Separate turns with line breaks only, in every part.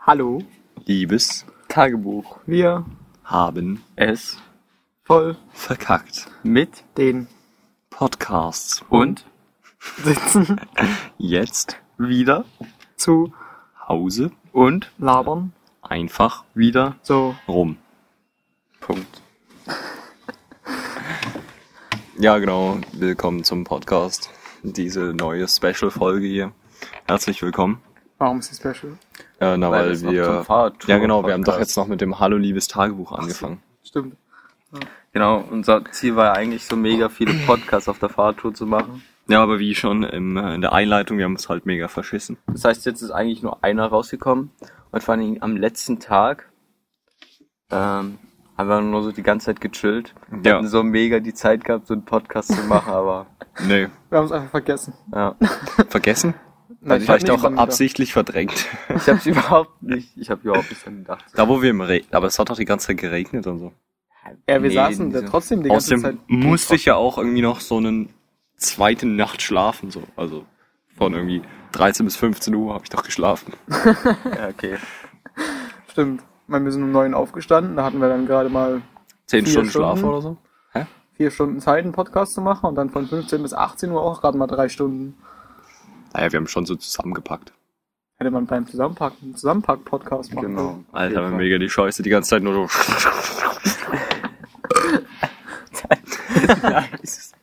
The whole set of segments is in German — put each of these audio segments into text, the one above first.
Hallo,
Liebes
Tagebuch.
wir
haben
Es
voll
verkackt.
mit
den
Podcasts.
und
Sitzen
Jetzt
wieder
zu
Hause
und
labern.
einfach
wieder.
So,
rum.
Punkt.
Ja, genau. Willkommen zum Podcast. Diese neue Special-Folge hier. Herzlich willkommen.
warum ist das Special?
Äh, na,
Weil
weil,
es noch zum
wir.
Fahrradtour-
Ja, genau. Wir haben doch
Podcast.
jetzt noch mit dem Hallo, liebes Tagebuch angefangen.
Stimmt.
Genau, unser Ziel war ja eigentlich so mega viele Podcasts auf der Fahrradtour zu machen.
Ja, aber wie schon im, äh, in der Einleitung, wir haben es halt mega verschissen.
Das heißt, jetzt ist eigentlich nur einer rausgekommen. Und vor allem am letzten Tag ähm, haben wir nur so die ganze Zeit gechillt. Wir
Ja.
hatten so mega die Zeit gehabt, so einen Podcast zu machen, aber
Nee.
Wir haben es einfach vergessen.
ja.
Vergessen?
Nein, ich hab
Vielleicht
nicht
auch
dran gedacht.
absichtlich verdrängt.
Ich hab's überhaupt nicht, ich hab überhaupt nicht dran gedacht.
Da, wo wir im Re Aber es hat doch die ganze Zeit geregnet und so.
Ja, wir
Nee,
saßen da
diese-
trotzdem die ganze
Außerdem
Zeit.
musste ich ja auch irgendwie noch so eine zweite Nacht schlafen. So. Also von irgendwie 13 bis 15 Uhr habe ich doch geschlafen.
Ja, okay.
Stimmt. Ich meine, Wir sind um neun aufgestanden, da hatten wir dann gerade mal
Zehn
Vier
Stunden,
Stunden?
Schlaf oder so.
vier Stunden Zeit, einen Podcast zu machen und dann von 15 bis 18 Uhr auch gerade mal drei Stunden.
Naja, wir haben schon so zusammengepackt.
Hätte man beim Zusammenpacken, Zusammenpack-Podcast machen
Genau.
können.
Alter, wir mega die Scheiße die ganze Zeit nur so.
nice.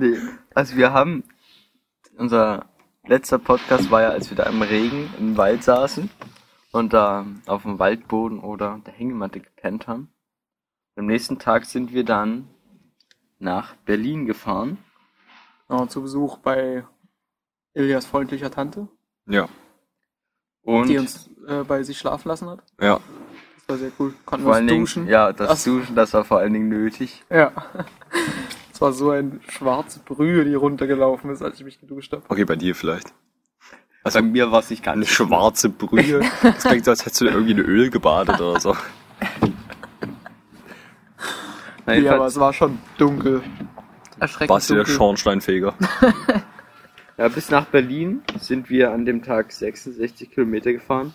Nee, also wir haben, unser letzter Podcast war ja, als wir da im Regen im Wald saßen und da auf dem Waldboden oder der Hängematte gepennt haben. Und am nächsten Tag sind wir dann nach Berlin gefahren.
Ja, zu Besuch bei Ilias freundlicher Tante,
Ja,
Und
die uns äh, bei sich schlafen lassen hat.
ja.
Das war sehr cool. Konnten
vor
wir
allen
uns
Dingen,
duschen.
ja, das
Ach so.
Duschen, das war vor allen Dingen nötig.
Ja. Es war so eine schwarze Brühe, die runtergelaufen ist, als ich mich geduscht habe.
Okay, bei dir vielleicht.
Also bei mir war es nicht gar
Eine schwarze Brühe. Das klingt so, als hättest du irgendwie in Öl gebadet oder so.
Nein,
Ja, aber
jedenfalls-
es war schon dunkel. Erschreckend
Warst du der
dunkel.
Schornsteinfeger?
Ja, bis nach Berlin sind wir an dem Tag 66 Kilometer gefahren.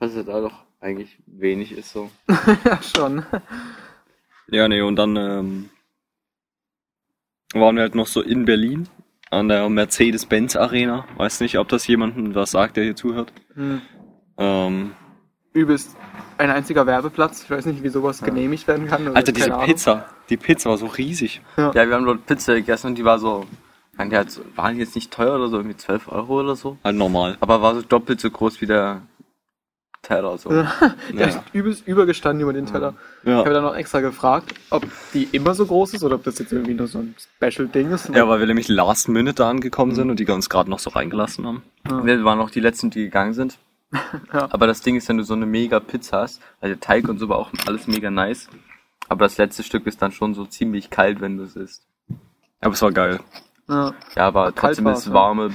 Was ja da doch eigentlich wenig ist so.
Ja, schon.
Ja, nee, und dann ähm, waren wir halt noch so in Berlin an der Mercedes-Benz Arena. Weiß nicht, ob das jemanden was sagt, der hier zuhört.
Hm.
Ähm,
Übelst ein einziger Werbeplatz. Ich weiß nicht, wie sowas genehmigt werden kann. oder
Alter, diese
keine Ahnung.
Pizza. Die Pizza war so riesig.
Ja, wir haben dort Pizza gegessen und die war so, waren, die halt so, waren jetzt nicht teuer oder so, irgendwie 12 Euro oder so.
Halt normal.
Aber war so doppelt so groß wie der Teller so.
Ja, ich hab übelst übergestanden über den Teller. Ich habe
ne? Ja.
dann noch extra gefragt, ob die immer so groß ist oder ob das jetzt irgendwie nur so ein Special-Ding ist.
ja, weil wir nämlich last minute da angekommen sind und die uns gerade noch so reingelassen haben.
Wir waren auch die letzten, die gegangen sind.
Ja.
Aber das Ding ist, wenn du so eine mega Pizza hast, also der Teig und so war auch alles mega nice. Aber das letzte Stück ist dann schon so ziemlich kalt, wenn du es isst.
Aber es war geil.
Ja.
Ja, aber
kalt
trotzdem
war's,
ist
ja.
warme,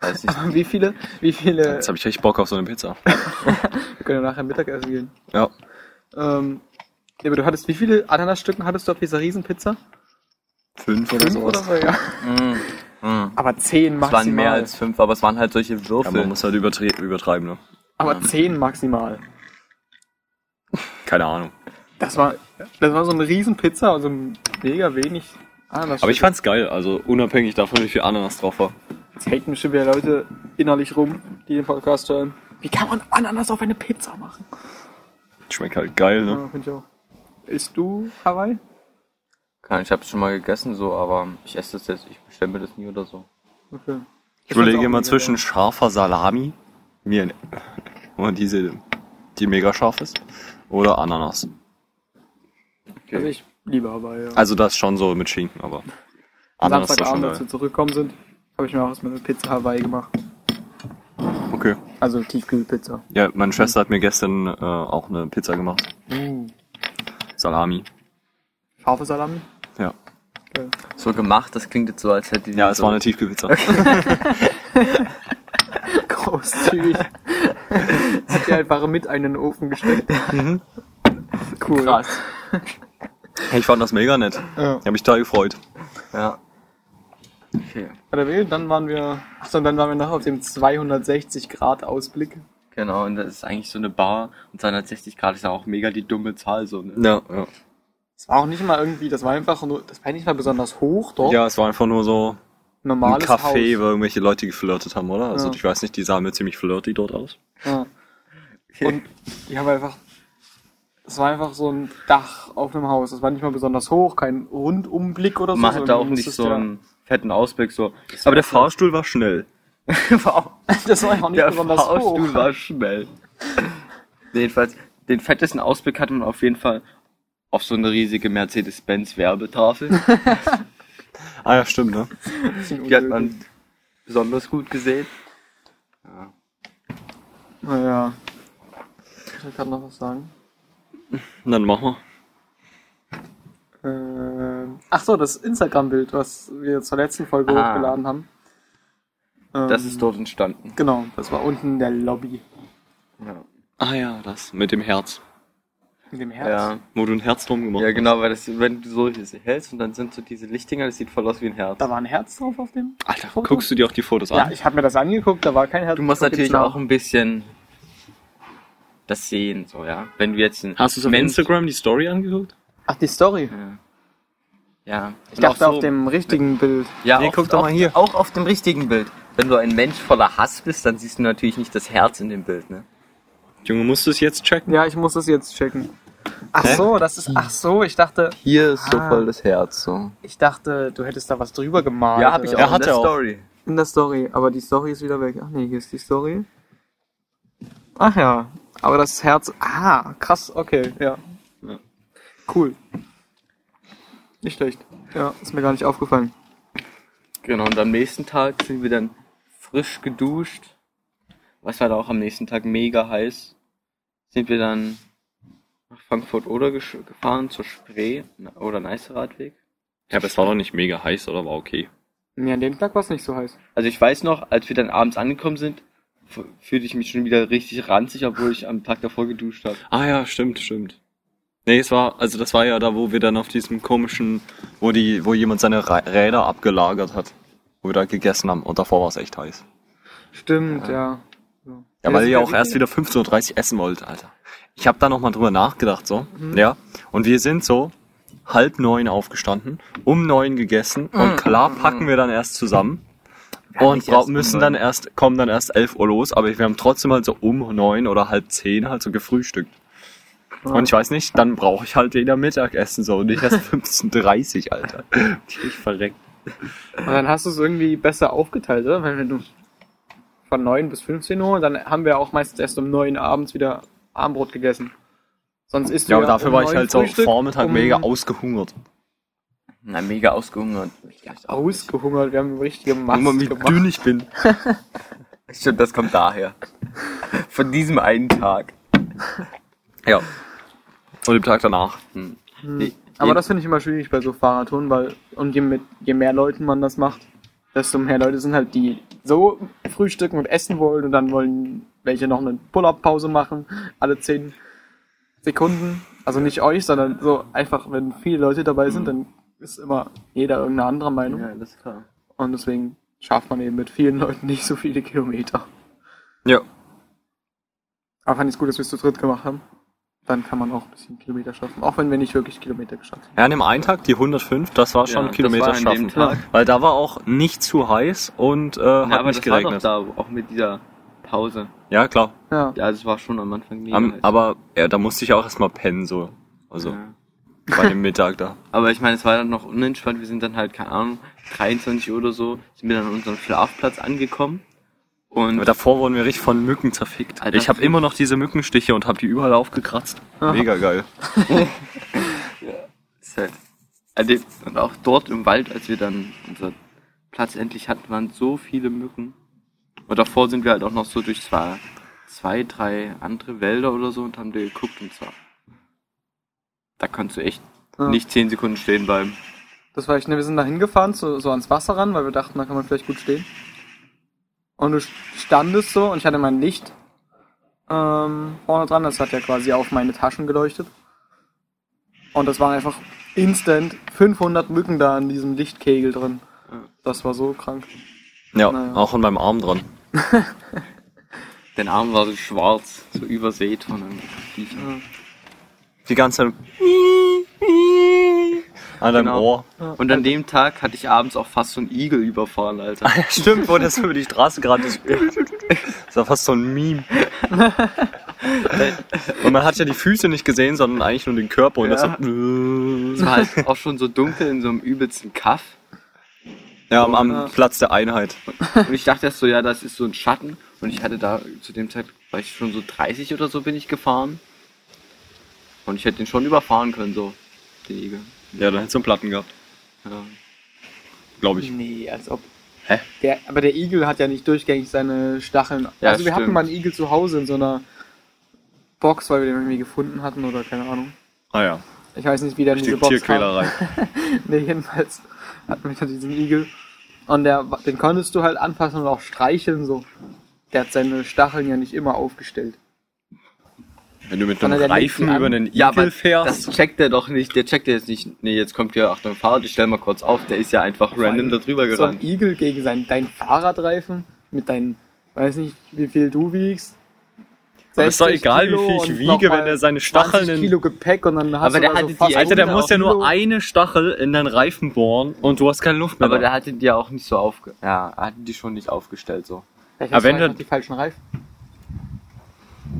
weiß nicht,
Wie viele, wie viele,
Jetzt habe ich echt Bock auf so eine Pizza.
wir können ja nachher Mittagessen gehen.
Ja.
Ähm, ja, aber du hattest, wie viele Ananasstücken hattest du auf dieser Riesenpizza?
Fünf oder
Fünf oder
sowas.
so, ja.
Mm, mm.
Aber zehn
Es
maximal.
waren mehr als fünf, aber es waren halt solche
Ja,
Würfel.
man muss halt übertre- übertreiben, ne?
Aber zehn maximal.
Keine Ahnung.
Das war, das war so eine Riesenpizza, also mega wenig Ah, Ananas.
Aber ich fand's geil, also unabhängig davon, wie viel Ananas drauf war.
Jetzt haten bestimmt wieder Leute innerlich rum, die den Podcast hören. Wie kann man Ananas auf eine Pizza machen?
Schmeckt halt geil, ne?
Ja, finde ich auch. Isst du Hawaii?
Keine Ahnung, ich habe es schon mal gegessen, so, aber ich esse das jetzt, ich bestelle mir das nie oder so.
Okay.
Ich überlege immer zwischen scharfer Salami, mir und diese, die mega scharf ist, oder Ananas.
Also ich liebe Hawaii, ja.
Also das schon so mit Schinken, aber
Am
Ananas Ah, ist doch schon
Samstagabend, als wir
geil.
zurückgekommen sind, habe ich mir auch erstmal eine Pizza Hawaii gemacht.
Okay.
Also Tiefkühlpizza.
Ja, meine Schwester hat mir gestern äh, auch eine Pizza gemacht.
Uh.
Salami.
Scharfe Salami?
Ja.
Geil.
So gemacht, das klingt jetzt so, als hätte die.
Ja, es
so,
war eine Tiefkühlpizza.
Großzügig. Hat die einfach mit einen in den Ofen gesteckt. Cool.
Mhm. Krass.
Ich fand das mega nett.
Ja.
Ich habe mich total gefreut.
Ja. Okay.
Oder wie? Dann waren wir, achso, und dann waren wir noch auf dem 260 Grad Ausblick.
Genau, und das ist eigentlich so eine Bar und 260 Grad ist ja auch mega die dumme Zahl so, ne?
Ja, ja.
Das war auch nicht mal irgendwie, das war einfach nur, das war nicht mal besonders hoch dort.
Ja, es war einfach nur so ein
normales
Café, wo
Haus.
irgendwelche Leute geflirtet haben, oder? Also
Ja.
ich weiß nicht, die sahen mir ziemlich flirty dort aus.
Ja. Und die haben einfach, es war einfach so ein Dach auf einem Haus. Das war nicht mal besonders hoch, kein Rundumblick oder so.
Man hat da
sondern
auch
du
nicht
musstest
so
ja-
einen fetten Ausblick so.
Aber der Fahrstuhl war schnell.
Wow.
Das war einfach nicht
Der
besonders
Fahrstuhl
hoch.
war schnell. Jedenfalls, den fettesten Ausblick hatte man auf jeden Fall auf so eine riesige Mercedes-Benz-Werbetafel.
Ah ja, stimmt, ne?
Die hat man besonders gut gesehen.
Naja. Ich kann noch was sagen.
Dann machen wir.
Ähm, ach so, das Instagram-Bild, was wir zur letzten Folge
Ah.
hochgeladen haben. Ähm,
Das ist dort entstanden.
Genau, das war unten in der Lobby.
Ja.
Ah ja, das mit dem Herz.
In dem Herz.
Ja.
Wo du ein Herz drum gemacht
ja,
hast.
genau, weil das, wenn du so hältst und dann sind so diese Lichtdinger, das sieht voll aus wie ein Herz.
Da war ein Herz drauf auf dem.
Alter,
Foto?
guckst du dir auch die Fotos
Ja,
an?
ich habe mir das angeguckt, da war kein Herz.
Du musst
Guck jetzt
natürlich
nach.
auch ein bisschen das sehen, so, ja. Wenn wir jetzt ein
Hast du es auf
Mensch-
Instagram die Story angeguckt?
Ach, die Story.
Ja.
Ich dachte auf dem richtigen Bild.
Ja,
Nee,
auf,
guck doch mal
auf,
hier.
Auch auf dem richtigen Bild. Wenn du ein Mensch voller Hass bist, dann siehst du natürlich nicht das Herz in dem Bild, ne?
Junge, musst du es jetzt checken?
Ja, ich muss das jetzt checken. Ach so, das ist. Ach so, ich dachte,
Hier ist
so voll
das Herz, so.
ich dachte, du hättest da was drüber gemalt.
Ja, habe ich
oder
auch
Er
in
hat
der
ja auch.
Story.
In der Story, aber die Story ist wieder weg. Ach nee, hier ist die Story. Ach ja, aber das Herz. Ah, krass, okay, ja.
Ja.
Cool. Nicht schlecht. Ja, ist mir gar nicht aufgefallen.
Genau, und am nächsten Tag sind wir dann frisch geduscht. Was war da auch am nächsten Tag mega heiß. Sind wir dann nach Frankfurt-Oder gesch- gefahren, zur Spree na- oder Neiße-Radweg.
Ja, aber es war doch nicht mega heiß, oder? War okay.
Nee, an dem Tag war es nicht so heiß.
Also ich weiß noch, als wir dann abends angekommen sind, f- fühlte ich mich schon wieder richtig ranzig, obwohl ich am Tag davor geduscht habe.
Ah ja, stimmt, stimmt. Nee, es war, also das war ja da, wo wir dann auf diesem komischen, wo die, wo jemand seine Ra- Räder abgelagert hat. Wo wir da gegessen haben. Und davor war es echt heiß.
Stimmt, ja. Ja,
Ja, weil ihr auch erst wieder 15.30 Uhr essen wollt, Alter. Ich habe da nochmal drüber nachgedacht, so. Ja. Und wir sind so halb neun aufgestanden, um neun gegessen und klar packen wir dann erst zusammen. und
nicht
bra-
erst um
müssen dann
neun.
erst, kommen dann erst elf Uhr los, aber wir haben trotzdem halt so um neun oder halb zehn halt so gefrühstückt. Und ich weiß nicht, dann brauche ich halt wieder Mittagessen so und nicht erst 15.30 Uhr, Alter. Ich verreckt.
Und dann hast du es irgendwie besser aufgeteilt, oder? Weil wenn du von 9 bis 15 Uhr, dann haben wir auch meistens erst um 9 abends wieder Armbrot gegessen. Sonst isst du
Ja, aber dafür
um
war ich
9
halt so
Frühstück,
vormittag
um-
mega ausgehungert.
Na, mega ausgehungert. Ich weiß auch nicht.
ausgehungert. Wir haben richtige Mast
Guck mal, wie
gemacht.
dünn ich bin.
Stimmt, das kommt daher. Von diesem einen Tag.
Ja. Und dem Tag danach.
Ich-
Aber
ich-
das finde ich immer schwierig bei so Fahrradtouren, weil und je, mit, je mehr Leuten man das macht, desto mehr Leute sind halt, die so frühstücken und essen wollen und dann wollen welche noch eine Pull-Up-Pause machen, alle 10 Sekunden. Also nicht euch, sondern so einfach, wenn viele Leute dabei sind, dann ist immer jeder irgendeine andere Meinung.
Mhm. Ja, das ist klar.
Und deswegen schafft man eben mit vielen Leuten nicht so viele Kilometer.
Ja.
Aber fand ich gut, dass wir es zu dritt gemacht haben. Dann kann man auch ein bisschen Kilometer schaffen, auch wenn wir nicht wirklich Kilometer geschafft haben.
Ja, an dem einen Tag die 105, das war schon
Ja, das
Kilometer
war an
schaffen.
dem Tag.
Weil da war auch nicht zu heiß und äh, hat
Na, aber
nicht
das war doch
geregnet.
da, auch mit dieser Pause.
Ja, klar.
Ja.
Ja, das war schon am Anfang mega
Am,
heiß.
aber ja, da musste ich auch erstmal pennen, so. Also
Ja.
bei dem Mittag da.
Aber ich meine, es war dann noch unentspannt. Wir sind dann halt, keine Ahnung, 23 Uhr oder so, sind wir dann an unseren Schlafplatz angekommen.
Aber
Und
davor wurden wir richtig von Mücken zerfickt.
Alter,
ich habe
Fick.
immer noch diese Mückenstiche und habe die überall aufgekratzt. Mega geil.
ist halt- an dem- und auch dort im Wald, als wir dann unseren Platz endlich hatten, waren so viele Mücken. Und davor sind wir halt auch noch so durch zwei, zwei drei andere Wälder oder so und haben die geguckt und zwar. Da kannst du echt
Ah.
Ja.
nicht 10 Sekunden stehen bleiben.
Das war echt, ne, wir sind da hingefahren, so, so ans Wasser ran, weil wir dachten, da kann man vielleicht gut stehen. Und du standest so und ich hatte mein Licht ähm, vorne dran, das hat ja quasi auf meine Taschen geleuchtet. Und das waren einfach instant 500 Mücken da in diesem Lichtkegel drin. Das war so krank.
Ja,
Naja.
auch an meinem Arm dran.
Den Arm war so schwarz, so übersät von einem Viecher.
Die ganze Zeit an deinem
Genau.
Ohr.
Und an dem Tag hatte ich abends auch fast so einen Igel überfahren, Alter.
Stimmt, wo das über die Straße gerade ist. Das war fast so ein Meme. Und man hat ja die Füße nicht gesehen, sondern eigentlich nur den Körper. Und
Ja.
das
Es war halt auch schon so dunkel in so einem übelsten Kaff.
ja, am, am Platz der Einheit.
Und ich dachte erst so, ja, das ist so ein Schatten. Und ich hatte da zu dem Zeitpunkt, war ich schon so 30 oder so, bin ich gefahren. Und ich hätte den schon überfahren können, so. Den Igel.
Ja, dann hättest du einen Platten gehabt,
Ja.
glaube ich.
Nee, als ob.
Hä?
Der, aber der Igel hat ja nicht durchgängig seine Stacheln.
Ja,
also wir hatten
stimmt.
mal einen Igel zu Hause in so einer Box, weil wir den irgendwie gefunden hatten oder keine Ahnung.
Ah ja,
Ich weiß nicht, wie der in diese
die
Box kam.
Tierquälerei.
Nee, jedenfalls hatten wir da diesen Igel. Und der, den konntest du halt anfassen und auch streicheln so. Der hat seine Stacheln ja nicht immer aufgestellt.
Wenn du mit
Sondern
einem
der legt
Reifen
sie an.
über den Igel
Ja, aber das
fährst.
checkt er doch nicht. Der checkt er jetzt nicht. Nee, jetzt kommt hier, Achtung, Fahrrad, ich stell mal kurz auf. Der ist ja einfach random da drüber
So ein
gerannt.
Igel gegen sein, dein Fahrradreifen mit deinen, weiß nicht, wie viel du wiegst.
Aber ist doch
60
egal, wie
Kilo
viel ich
und
wiege,
nochmal
wenn der seine Stacheln
20
in-
Kilo Gepäck und dann hast
Aber
du
der
da so
hatte die-
fast
Alter, der
100
muss ja nur
Kilo.
eine Stachel in deinen Reifen bohren und du hast keine Luft mehr.
Aber
da.
der hat den ja auch nicht so aufge... Ja, er hat die schon nicht aufgestellt, so.
Vielleicht
Aber
hast du
wenn
einfach
du-
halt die falschen Reifen.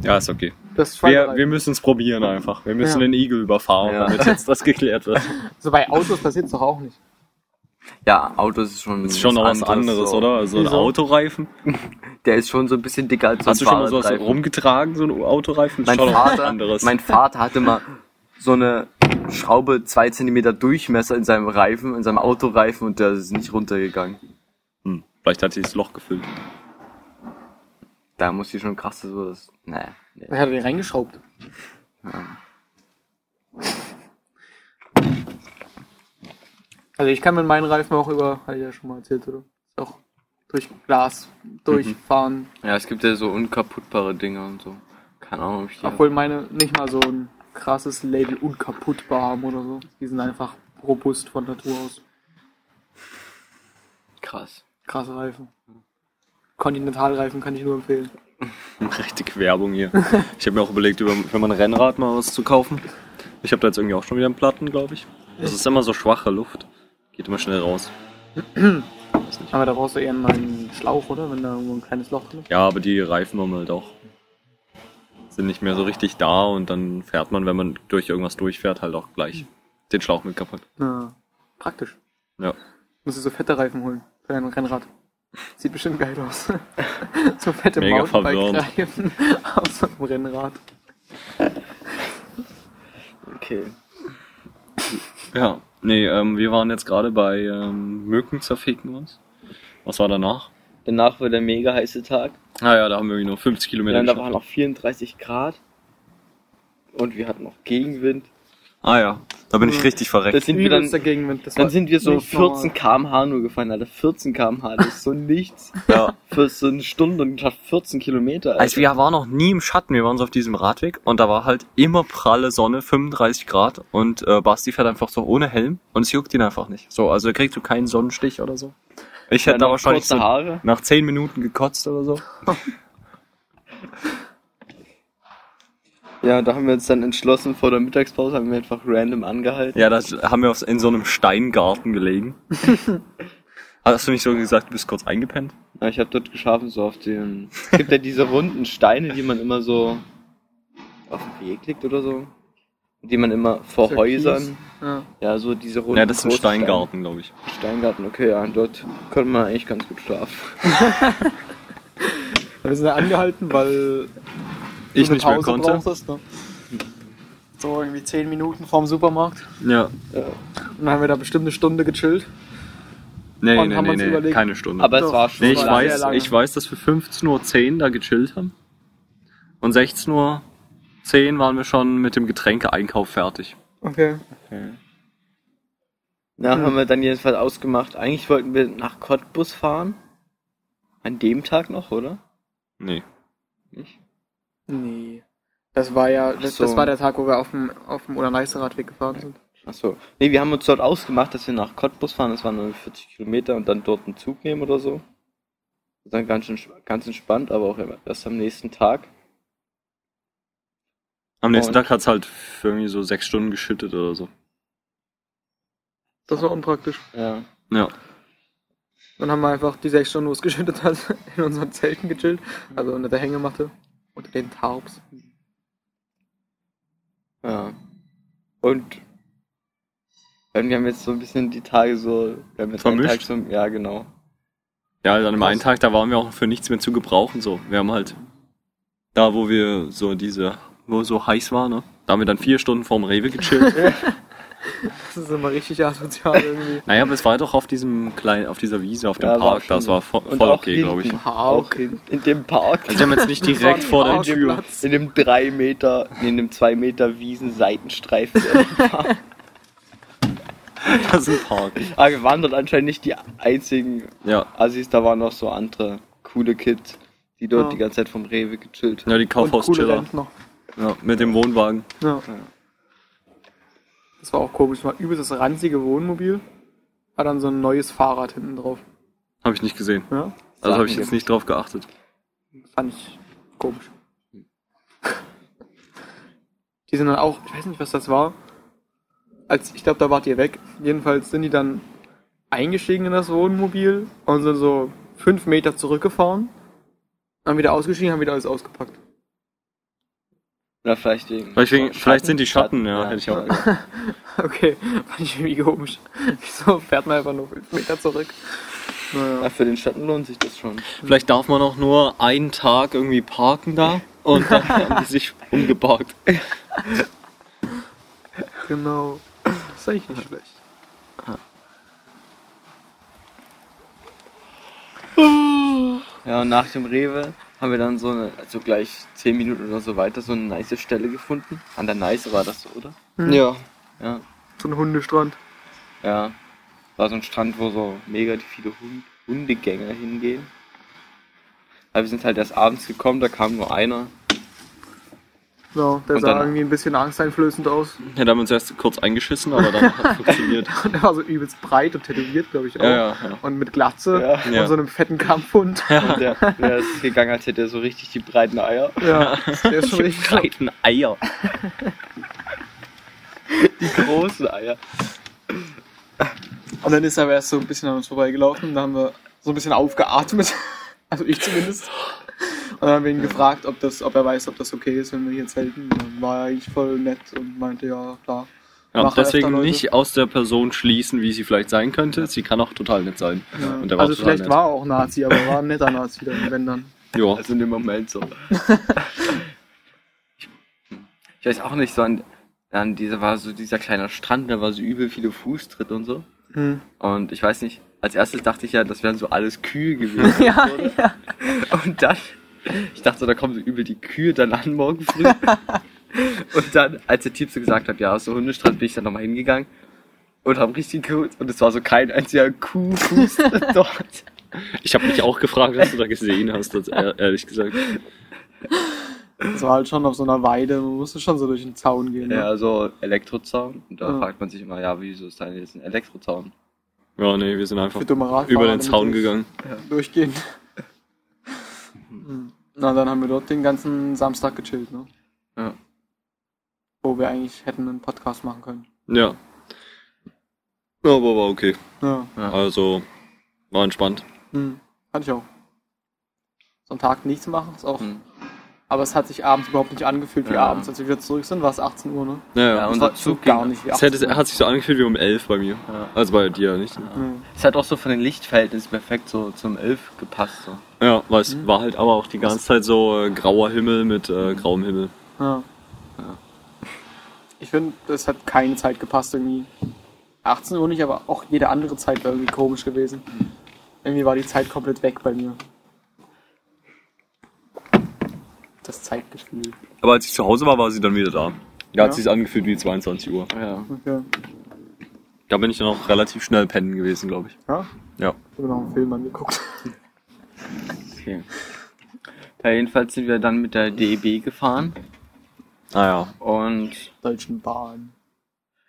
ja, ist okay.
Du hast zwei
Wir,
Reifen.
wir müssen es probieren einfach. Wir müssen
Ja.
den Igel überfahren,
Ja.
damit jetzt das geklärt wird.
So bei Autos passiert es doch auch nicht.
Ja, Autos ist schon...
Das ist schon noch Hm, was anderes,
so.
oder? Also ein
Wieso?
Autoreifen.
Der ist schon so ein bisschen dicker als so
Hast du
ein
schon mal sowas
Fahrradreifen.
rumgetragen, so ein Autoreifen? Das
mein
ist schon noch was
Vater,
anderes.
mein Vater hatte mal so eine Schraube 2 cm Durchmesser in seinem Reifen, in seinem Autoreifen und der ist nicht runtergegangen.
hm, vielleicht hat sie das Loch gefüllt.
Da muss ich schon krass so das. Nee, nee.
Er hat den reingeschraubt. Also ich kann mit meinen Reifen auch über, hatte ich ja schon mal erzählt, oder? Auch durch Glas
Mhm.
durchfahren.
Ja, es gibt ja so unkaputtbare Dinger und so. Keine Ahnung, ob ich die
Obwohl meine nicht mal so ein krasses Label unkaputtbar haben oder so. Die sind einfach robust von Natur aus.
krass.
Krasse Reifen. Kontinentalreifen kann ich nur empfehlen.
Richtig Werbung hier. Ich habe mir auch überlegt, über, für mein Rennrad mal was zu kaufen. Ich habe da jetzt irgendwie auch schon wieder einen Platten, glaube ich. Das ist immer so schwache Luft. Geht immer schnell raus. Weiß nicht.
Aber da brauchst du eher mal einen Schlauch, oder? Wenn da irgendwo ein kleines Loch drin ist.
Ja, aber die Reifen haben halt auch sind nicht mehr so richtig da und dann fährt man, wenn man durch irgendwas durchfährt, halt auch gleich den Schlauch mit kaputt.
Na, praktisch.
Ja.
Musst du so fette Reifen holen für dein Rennrad. Sieht bestimmt geil aus. so fette
Mega
Mountainbike-Reifen aus so einem Rennrad.
Okay.
Ja, nee, ähm, wir waren jetzt gerade bei ähm, Mücken zerficken was. Was war danach?
Danach war der mega heiße Tag.
Ah ja, da haben wir irgendwie nur 50
Ja,
Kilometer
und da
geschafft.
waren noch 34 Grad. Und wir hatten noch Gegenwind.
Ah ja, da bin ich richtig
Mhm. Das
verreckt.
sind wir dann,
Übelster Gegenwind. Das
dann
war
sind wir so
nicht normal.
14 km/h nur gefahren, Alter. 14 km/h, das ist so nichts.
Ja.
Für so eine Stunde und geschafft 14 Kilometer. Alter.
Also wir waren noch nie im Schatten, wir waren so auf diesem Radweg und da war halt immer pralle Sonne, 35 Grad und äh, Basti fährt einfach so ohne Helm und es juckt ihn einfach nicht. So, also kriegst du keinen Sonnenstich oder so. Ich hätte
Dann
da
noch
wahrscheinlich
kurze
so
Haare.
nach 10 Minuten gekotzt oder so.
Ja, da haben wir uns dann entschlossen, vor der Mittagspause haben wir einfach random angehalten.
Ja, da haben wir aufs- in so einem Steingarten gelegen. Hast du nicht so gesagt, du bist kurz eingepennt?
Ja, ich habe dort geschlafen, so auf den. Es gibt ja diese runden Steine, die man immer so auf den Weg legt oder so. Die man immer vor
So
Häusern.
Kies. Ja.
Ja, so diese runden.
Ja, das ist ein
großen Steine.
Steingarten, glaube ich.
Steingarten, okay, ja, und dort konnte man eigentlich ganz gut schlafen.
Wir sind ja angehalten, weil
Ich
eine
nicht mehr
Pause
konnte.
brauchtest, ne? So irgendwie 10 Minuten vorm Supermarkt.
Ja.
Und dann haben wir da bestimmt eine Stunde gechillt.
Nee,
Und
nee,
haben
nee,
uns
nee,
überlegt-
keine Stunde.
Aber es
Doch.
war schon.
nee, ich
war sehr
weiß,
lange.
ich weiß, dass wir 15.10 Uhr da gechillt haben. Und 16.10 Uhr waren wir schon mit dem Getränkeeinkauf fertig.
Okay.
Na, haben wir dann jedenfalls ausgemacht. Eigentlich wollten wir nach Cottbus fahren. An dem Tag noch, oder?
Nee.
Nicht?
Nee. Das war ja, das,
so.
das war der Tag, wo wir auf dem, auf dem Oder-Neiße-Radweg gefahren sind.
Achso. Nee, wir haben uns dort ausgemacht, dass wir nach Cottbus fahren. Das waren nur 40 Kilometer und dann dort einen Zug nehmen oder so. dann ganz, schön, ganz entspannt, aber auch erst am nächsten Tag.
Am nächsten
Und-
Tag hat's halt für irgendwie so sechs Stunden geschüttet oder so.
Das war unpraktisch.
Ja.
Ja.
Dann haben wir einfach die sechs Stunden, wo es geschüttet hat, in unseren Zelten gechillt. Also unter der Hängematte. Unter den Tarps.
Ja. Und irgendwie haben wir jetzt so ein bisschen die Tage so. Wir haben jetzt einen
Vermischt?
Tag so, ja, genau.
Ja, dann am
Krass.
einen Tag, da waren wir auch für nichts mehr zu gebrauchen, so. Wir haben halt, da wo wir so diese, wo so heiß war, ne? Da haben wir dann vier Stunden vorm Rewe gechillt.
Das ist immer richtig asozial irgendwie.
naja, aber es war doch auf diesem kleinen, auf dieser Wiese, auf dem
Ja, war
Park,
schon-
das war vo
und
voll
auch
okay, glaube ich.
hinten.
Auch
in, in dem Park.
Also wir haben jetzt nicht direkt
Von
vor der
Park-
Tür.
Platz.
in dem 3 Meter, nee, in dem 2 Meter Wiesen-Seitenstreifen.
Das ist ein Park.
Aber Ah, wir waren dort anscheinend nicht die einzigen
Ja.
Assis, da waren noch so andere coole Kids, die dort
Ja.
die ganze Zeit vom Rewe gechillt haben.
Ja, die
Und coole
Kaufhauschiller.
Rent noch.
Ja, mit dem Wohnwagen.
Ja. Das war auch komisch. War übelst das ranzige Wohnmobil. Hat dann so ein neues Fahrrad hinten drauf.
Habe ich nicht gesehen.
Ja.
Also habe ich
Sachen
jetzt nicht drauf geachtet.
Hm. Fand ich komisch. Die sind dann auch, ich weiß nicht, was das war. Als, ich glaube, da wart ihr weg. Jedenfalls sind die dann eingestiegen in das Wohnmobil und sind so fünf Meter zurückgefahren. Dann wieder ausgestiegen, haben wieder alles ausgepackt.
Oder vielleicht wegen.
Vielleicht, wegen,
Schatten?
vielleicht sind die Schatten, ja, hätte ich auch.
Okay, fand ich irgendwie komisch. Wieso fährt man einfach nur fünf Meter zurück? Naja.
Ja, für den Schatten lohnt sich das schon.
Vielleicht darf man auch nur einen Tag irgendwie parken da und dann haben die sich umgeparkt.
Genau. Das ist eigentlich nicht schlecht.
Ja, und nach dem Rewe haben wir dann so eine, also gleich 10 Minuten oder so weiter, so eine nice Stelle gefunden. An der Neiße war das so, oder?
Ja.
Ja.
So ein Hundestrand.
Ja. War so ein Strand, wo so mega die viele Hund Hundegänger hingehen. Aber wir sind halt erst abends gekommen, da kam nur einer.
Genau, der
Und
sah
dann-
irgendwie ein bisschen angsteinflößend aus.
Ja, da haben wir uns erst kurz eingeschissen, aber dann hat funktioniert.
Und der war so übelst breit und tätowiert, glaube ich, auch.
Ja, ja, ja.
Und mit Glatze
Ja.
und
Ja.
so einem fetten Kampfhund. Ja,
Und der, der ist gegangen, als hätte er so richtig die breiten Eier.
der ist schon richtig krass.
breiten Eier. Die großen Eier.
Und dann ist er aber erst so ein bisschen an uns vorbeigelaufen und da haben wir so ein bisschen aufgeatmet. Also ich zumindest. Und dann haben wir ihn gefragt, ob, das, ob er weiß, ob das okay ist, wenn wir hier zelten. Und Dann war er eigentlich voll nett und meinte, ja, klar. Machen
Ja, und
öfter
deswegen
Leute.
nicht aus der Person schließen, wie sie vielleicht sein könnte. Sie kann auch total nett sein.
Ja.
Und der war
also
total
vielleicht
nett.
war er auch Nazi, aber war ein netter Nazi dann, wenn dann.
Ja.
Also in dem Moment so. Ich weiß auch nicht, so an, an dieser war so dieser kleine Strand, da war so übel viele Fußtritt und so.
Hm.
Und ich weiß nicht, als erstes dachte ich ja, das wären so alles Kühe gewesen.
Ja,
Und dann, ich dachte, so, da kommen so übel die Kühe dann an morgen früh. Und dann, als der Typ so gesagt hat, ja, aus der Hundestrand bin ich dann nochmal hingegangen und haben richtig geholt. Und es war so kein einziger Kuhfuß dort.
Ich habe mich auch gefragt, was du da gesehen hast, das, ehr- ehrlich gesagt.
Das war halt schon auf so einer Weide, man musste schon so durch den Zaun gehen. Ne?
Ja, also so Elektrozaun. Und da
Ja.
fragt man sich immer, ja, wieso ist da jetzt ein Elektrozaun?
Ja, nee, wir sind einfach
Für dumme Radfahrer,
über den
damit
Zaun
die-
gegangen.
durchgehen. Hm. Na, dann haben wir dort den ganzen Samstag gechillt, ne?
Ja.
Wo wir eigentlich hätten einen Podcast machen können.
Ja. Ja, Aber war okay.
Ja.
Ja.
Also, war entspannt.
Hm. Hatte ich auch. So einen Tag nichts machen ist auch.
Hm.
Aber es hat sich abends überhaupt nicht angefühlt wie
Ja.
abends. Als wir wieder zurück sind, war es 18 Uhr, ne?
Naja.
Ja,
Ja,
und-
Das
Unser
war
Zug
gar
ging-
nicht wie
es
18
hätte, hat sich so angefühlt wie um elf bei mir.
Ja.
Also bei dir nicht.
Uhr. Hm.
Es hat auch so von den Lichtverhältnissen perfekt so zum Elf gepasst. So.
Ja, weil es war halt aber auch die ganze Zeit so äh, grauer Himmel mit äh, grauem Himmel.
Ja. Ich finde, es hat keine Zeit gepasst irgendwie. 18 Uhr nicht, aber auch jede andere Zeit war irgendwie komisch gewesen. Irgendwie war die Zeit komplett weg bei mir. Das Zeitgefühl.
Aber als ich zu Hause war, war sie dann wieder da. Da
Ja.
hat sich angefühlt wie 22 Uhr.
Ja.
Okay.
Da bin ich dann auch relativ schnell pennen gewesen, glaube ich.
Ja?
Ja.
Ich habe noch einen Film angeguckt.
Okay. Ja, jedenfalls sind wir dann mit der DEB gefahren
Ah ja.
und
Deutschen Bahn.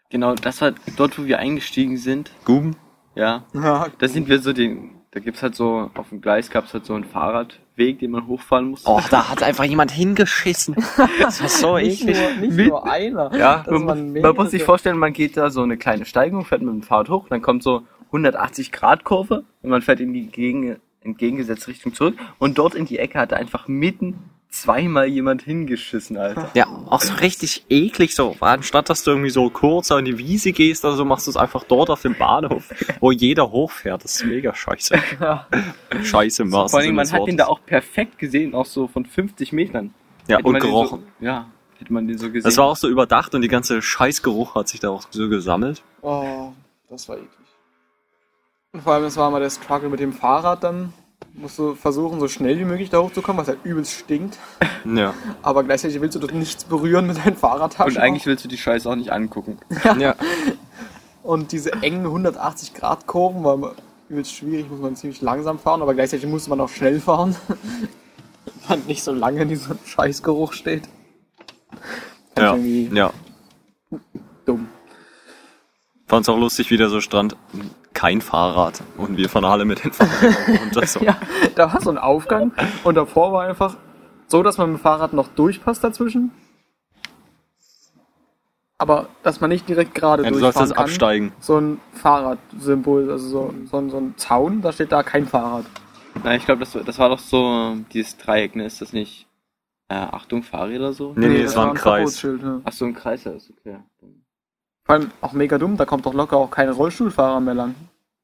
genau das war dort, wo wir eingestiegen sind.
Guben?
Ja,
Ja,
da sind wir so den, Da gibt's halt so, auf dem Gleis gab's halt so einen Fahrradweg, den man hochfahren musste.
Oh, da hat einfach jemand hingeschissen. Das war so
Nicht
eklig.
nur, nicht
Mit-
nur einer.
Ja,
das
man,
waren
muss- man
mehrere.
muss sich vorstellen, man geht da so eine kleine Steigung, fährt mit dem Fahrrad hoch, dann kommt so 180 Grad Kurve und man fährt in die Gegen entgegengesetzte Richtung zurück und dort in die Ecke hat einfach mitten zweimal jemand hingeschissen, Alter.
Ja, auch so richtig eklig so. Anstatt dass du irgendwie so kurz an die Wiese gehst oder so, machst du es einfach dort auf dem Bahnhof, wo jeder hochfährt. Das ist mega scheiße.
Ja.
Scheiße im
Vor
wahrsten
allem,
Sinne
man
des
hat den
Wortes.
da auch perfekt gesehen, auch so von 50 Metern.
Ja,
Hätte
und
man den
gerochen.
So, ja, hätte man den so gesehen.
Das war auch so überdacht und die ganze Scheißgeruch hat sich da auch so gesammelt.
Oh, das war eklig. Und vor allem, das war mal der Struggle mit dem Fahrrad dann. Musst du versuchen, so schnell wie möglich da hochzukommen, was halt übelst stinkt.
Ja.
Aber gleichzeitig willst du dort nichts berühren mit deinen Fahrradtaschen.
und eigentlich willst du die Scheiße auch nicht angucken.
ja.
Und diese engen 180-Grad-Kurven waren übelst schwierig, muss man ziemlich langsam fahren, aber gleichzeitig musste man auch schnell fahren. man nicht so lange in diesem Scheißgeruch steht. Fand ich
Ja.
irgendwie
ja.
dumm.
Fand's auch lustig, wie da so stand, kein Fahrrad. Und wir fahren alle mit den Fahrrädern runter. So.
Ja, da war so ein Aufgang und davor war einfach so, dass man mit dem Fahrrad noch durchpasst dazwischen. Aber dass man nicht direkt gerade
Ja, du sollst
durchfahren
jetzt
kann.
absteigen.
So ein Fahrradsymbol, also so, so, ein, so ein Zaun, da steht da kein Fahrrad.
Na, ich glaube, das, war- das war doch so dieses Dreieck, ne? Ist das nicht äh, Achtung, Fahrräder so?
Nee, nee, es war ein Kreis.
Verbotsschild, ja.
Ach so, ein Kreis, ja, ist okay.
Vor allem auch mega dumm, da kommt doch locker auch kein Rollstuhlfahrer mehr lang,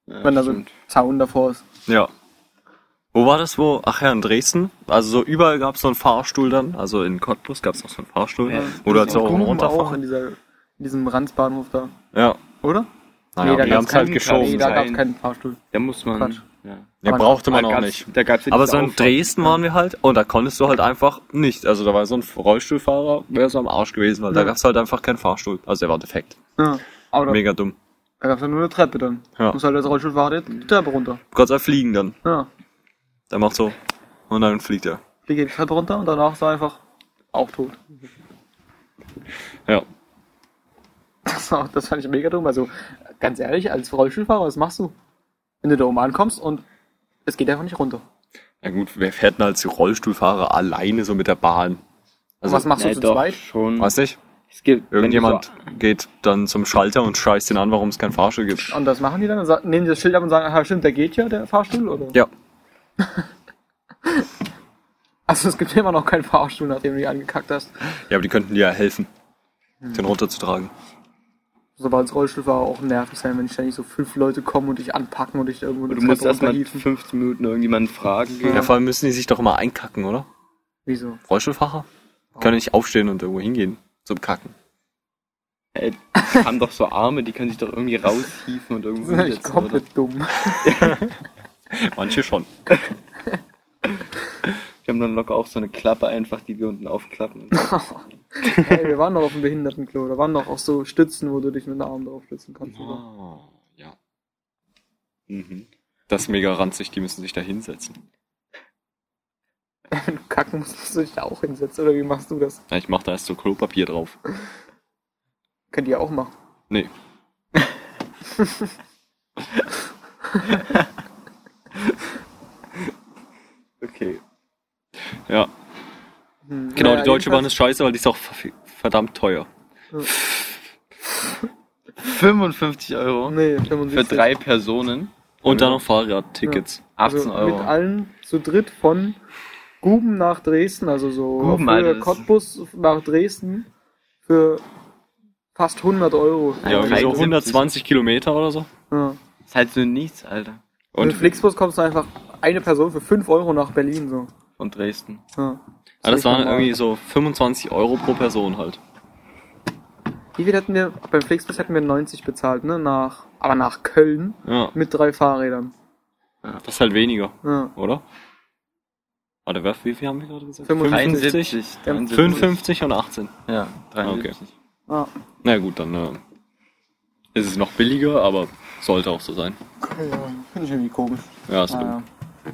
Ja,
wenn da so ein
stimmt.
Zaun davor ist.
Ja. Wo war das wo? Ach ja, in Dresden. Also so überall gab's so einen Fahrstuhl dann. Also in Cottbus gab's noch so einen Fahrstuhl.
Ja.
Wo du halt
Und
so
Gumpen auch in,
runterfahren.
dieser, in diesem Ranzbahnhof da,
Ja.
oder?
Naja, wir
gab's
haben's halt
keinen-
geschoben.
Nee, da gab
sein.
es keinen Fahrstuhl.
Da muss man.
Quatsch.
Ja.
ja,
man-
brauchte man
Da
auch
gab's-
nicht.
Da gab's ja
Aber
diese
so in
Auffahrt.
Dresden waren wir halt und da konntest du halt einfach nicht. Also da war so ein Rollstuhlfahrer, wäre so am Arsch gewesen, weil da
Ja.
gab's halt einfach keinen Fahrstuhl. Also der war defekt.
Ja. Aber da,
Mega dumm.
da gab es nur eine Treppe dann.
Ja.
Muss halt als Rollstuhlfahrer die Treppe runter.
Du kannst halt fliegen dann.
Ja.
Der macht so und dann fliegt er.
Die geht die Treppe runter und danach ist er einfach auch tot.
Ja.
Das, war, das fand ich mega dumm. Also, ganz ehrlich, als Rollstuhlfahrer, was machst du? Wenn du da oben ankommst und es geht einfach nicht runter.
Na gut, wer fährt denn als Rollstuhlfahrer alleine so mit der Bahn? Also,
was machst
Nee,
du zu
doch,
zweit?
Schon.
Weiß nicht.
Es gibt,
Irgendjemand
wenn du
geht dann zum Schalter und scheißt ihn an, warum es keinen Fahrstuhl gibt.
Und das machen die dann? Und sa- nehmen die das Schild ab und sagen, aha, stimmt, der geht ja, der Fahrstuhl? Oder?
Ja.
Also es gibt immer noch keinen Fahrstuhl, nachdem du die angekackt hast.
Ja, aber die könnten dir ja helfen, den runterzutragen.
So war als Rollstuhlfahrer auch nervig sein, wenn ständig so fünf Leute kommen und dich anpacken und dich irgendwo
so,
eine
du musst
Treppe
erstmal
runterhieven.
15 Minuten irgendjemanden fragen.
Ja.
gehen.
vor allem müssen die sich doch immer einkacken, oder?
Wieso?
Rollstuhlfahrer? Können nicht aufstehen und irgendwo hingehen zum Kacken.
Ey, die haben doch so Arme, die können sich doch irgendwie raushieven und
Das
irgendwo
ist natürlich
hinsetzen, oder?
komplett dumm.
Manche schon.
Die haben dann locker auch so eine Klappe einfach, die wir unten aufklappen.
Ey, wir waren noch auf dem Behindertenklo, da waren noch auch so Stützen, wo du dich mit den Armen drauf stützen kannst. oder?
Ah, ja. Mhm. Das ist mega ranzig, die müssen sich da hinsetzen.
Wenn du kacken musst, musst du dich da auch hinsetzen. Oder wie machst du das?
Ja, ich mach da erst so Klopapier drauf.
Könnt ihr auch machen.
Nee.
okay.
Ja.
Hm,
Genau,
naja,
die Deutsche Bahn
jedenfalls-
ist scheiße, weil die ist auch ver- verdammt teuer.
55 Euro
Nee,
für
75.
drei Personen.
Und dann noch Fahrradtickets.
Also
18 Euro.
Mit allen zu dritt von Guben nach Dresden, also so
Guben,
für
Alter, das-
Cottbus nach Dresden für fast 100 Euro.
Ja, irgendwie so
73.
120 Kilometer oder so.
Ja.
ist halt so nichts, Alter.
Und mit
Und
Flixbus kommst du einfach eine Person für 5 Euro nach Berlin. So.
Von Dresden.
Ja.
ah, das
nicht
waren
normal.
irgendwie so 25 Euro pro Person halt.
Wie viel hätten wir, beim Flixbus hätten wir 90 bezahlt, ne? Nach, aber nach Köln
Ja,
mit drei Fahrrädern.
das ist halt weniger,
Ja.
oder? Warte, wer- wie viel haben wir gerade gesagt?
75.
73.
Ja,
55 und 18.
Ja, 73.
Ah,
Na gut, dann äh, ist es noch billiger, aber sollte auch so sein.
finde ich irgendwie komisch.
Ja, ist
Ah,
dumm.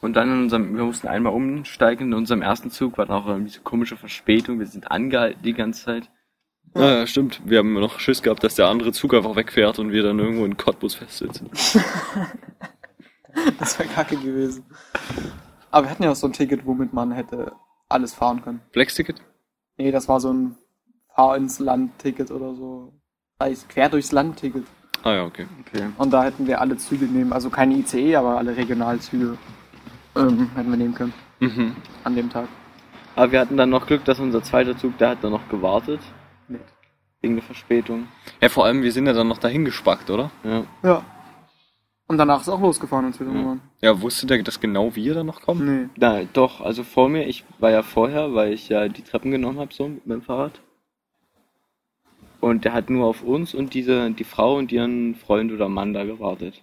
Und dann in unserem, wir mussten einmal umsteigen in unserem ersten Zug, war dann auch irgendwie so komische Verspätung, wir sind angehalten die ganze Zeit.
Ja, ja, stimmt. Wir haben noch Schiss gehabt, dass der andere Zug einfach wegfährt und wir dann irgendwo in Cottbus festsitzen.
Das wäre kacke gewesen. Aber wir hatten ja auch so ein Ticket, womit man hätte alles fahren können.
Flex-Ticket?
Nee, das war so ein Fahr ins Land-Ticket oder so. Weiß, quer durchs Land-Ticket.
Ah ja, okay.
Okay.
Und da hätten wir alle Züge nehmen, also keine ICE, aber alle Regionalzüge ähm, hätten wir nehmen können
Mhm.
an dem Tag.
Aber wir hatten dann noch Glück, dass unser zweiter Zug, der hat dann noch gewartet.
Nee.
Wegen der Verspätung.
Ja, vor allem, wir sind ja dann noch dahin gespackt, oder?
Ja.
Ja. Und danach ist auch losgefahren und wieder ja.
Ja, wusstet ihr, dass genau wir dann noch kommen?
Nee.
Na, doch, also vor mir, ich war ja vorher, weil ich ja die Treppen genommen habe, so mit meinem Fahrrad. Und der hat nur auf uns und diese, die Frau und ihren Freund oder Mann da gewartet.